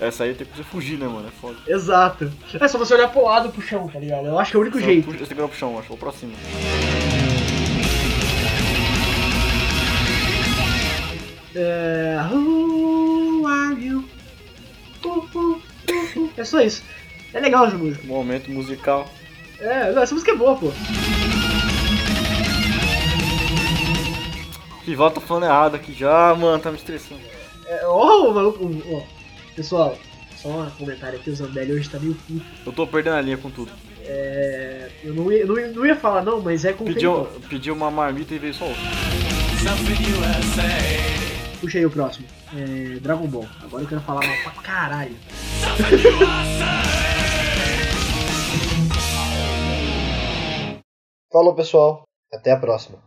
[SPEAKER 3] Essa aí tem que você fugir, né, mano? É foda.
[SPEAKER 2] Exato. É só você olhar pro lado pro chão, tá ligado? Eu acho que é o único jeito.
[SPEAKER 3] Puxa, você virou pro chão, acho. Vou pra cima.
[SPEAKER 2] É. Who are you? Who, who, who, who. É só isso. É legal essa música.
[SPEAKER 3] Momento musical.
[SPEAKER 2] É, não, essa música é boa, pô.
[SPEAKER 3] Rival tá falando errado aqui já, mano. Tá me estressando.
[SPEAKER 2] É, oh, o maluco. Ó, pessoal, só um comentário aqui: o Zambelli hoje tá meio puto.
[SPEAKER 3] Eu tô perdendo a linha com tudo.
[SPEAKER 2] É, eu não ia, não, ia, não ia falar, não, mas é com o
[SPEAKER 3] Pediu,
[SPEAKER 2] Felipão.
[SPEAKER 3] pediu um, uma marmita e veio só outra.
[SPEAKER 2] Puxa aí o próximo. É, Dragon Ball. Agora eu quero falar mal pra caralho.
[SPEAKER 7] Falou, pessoal. Até a próxima.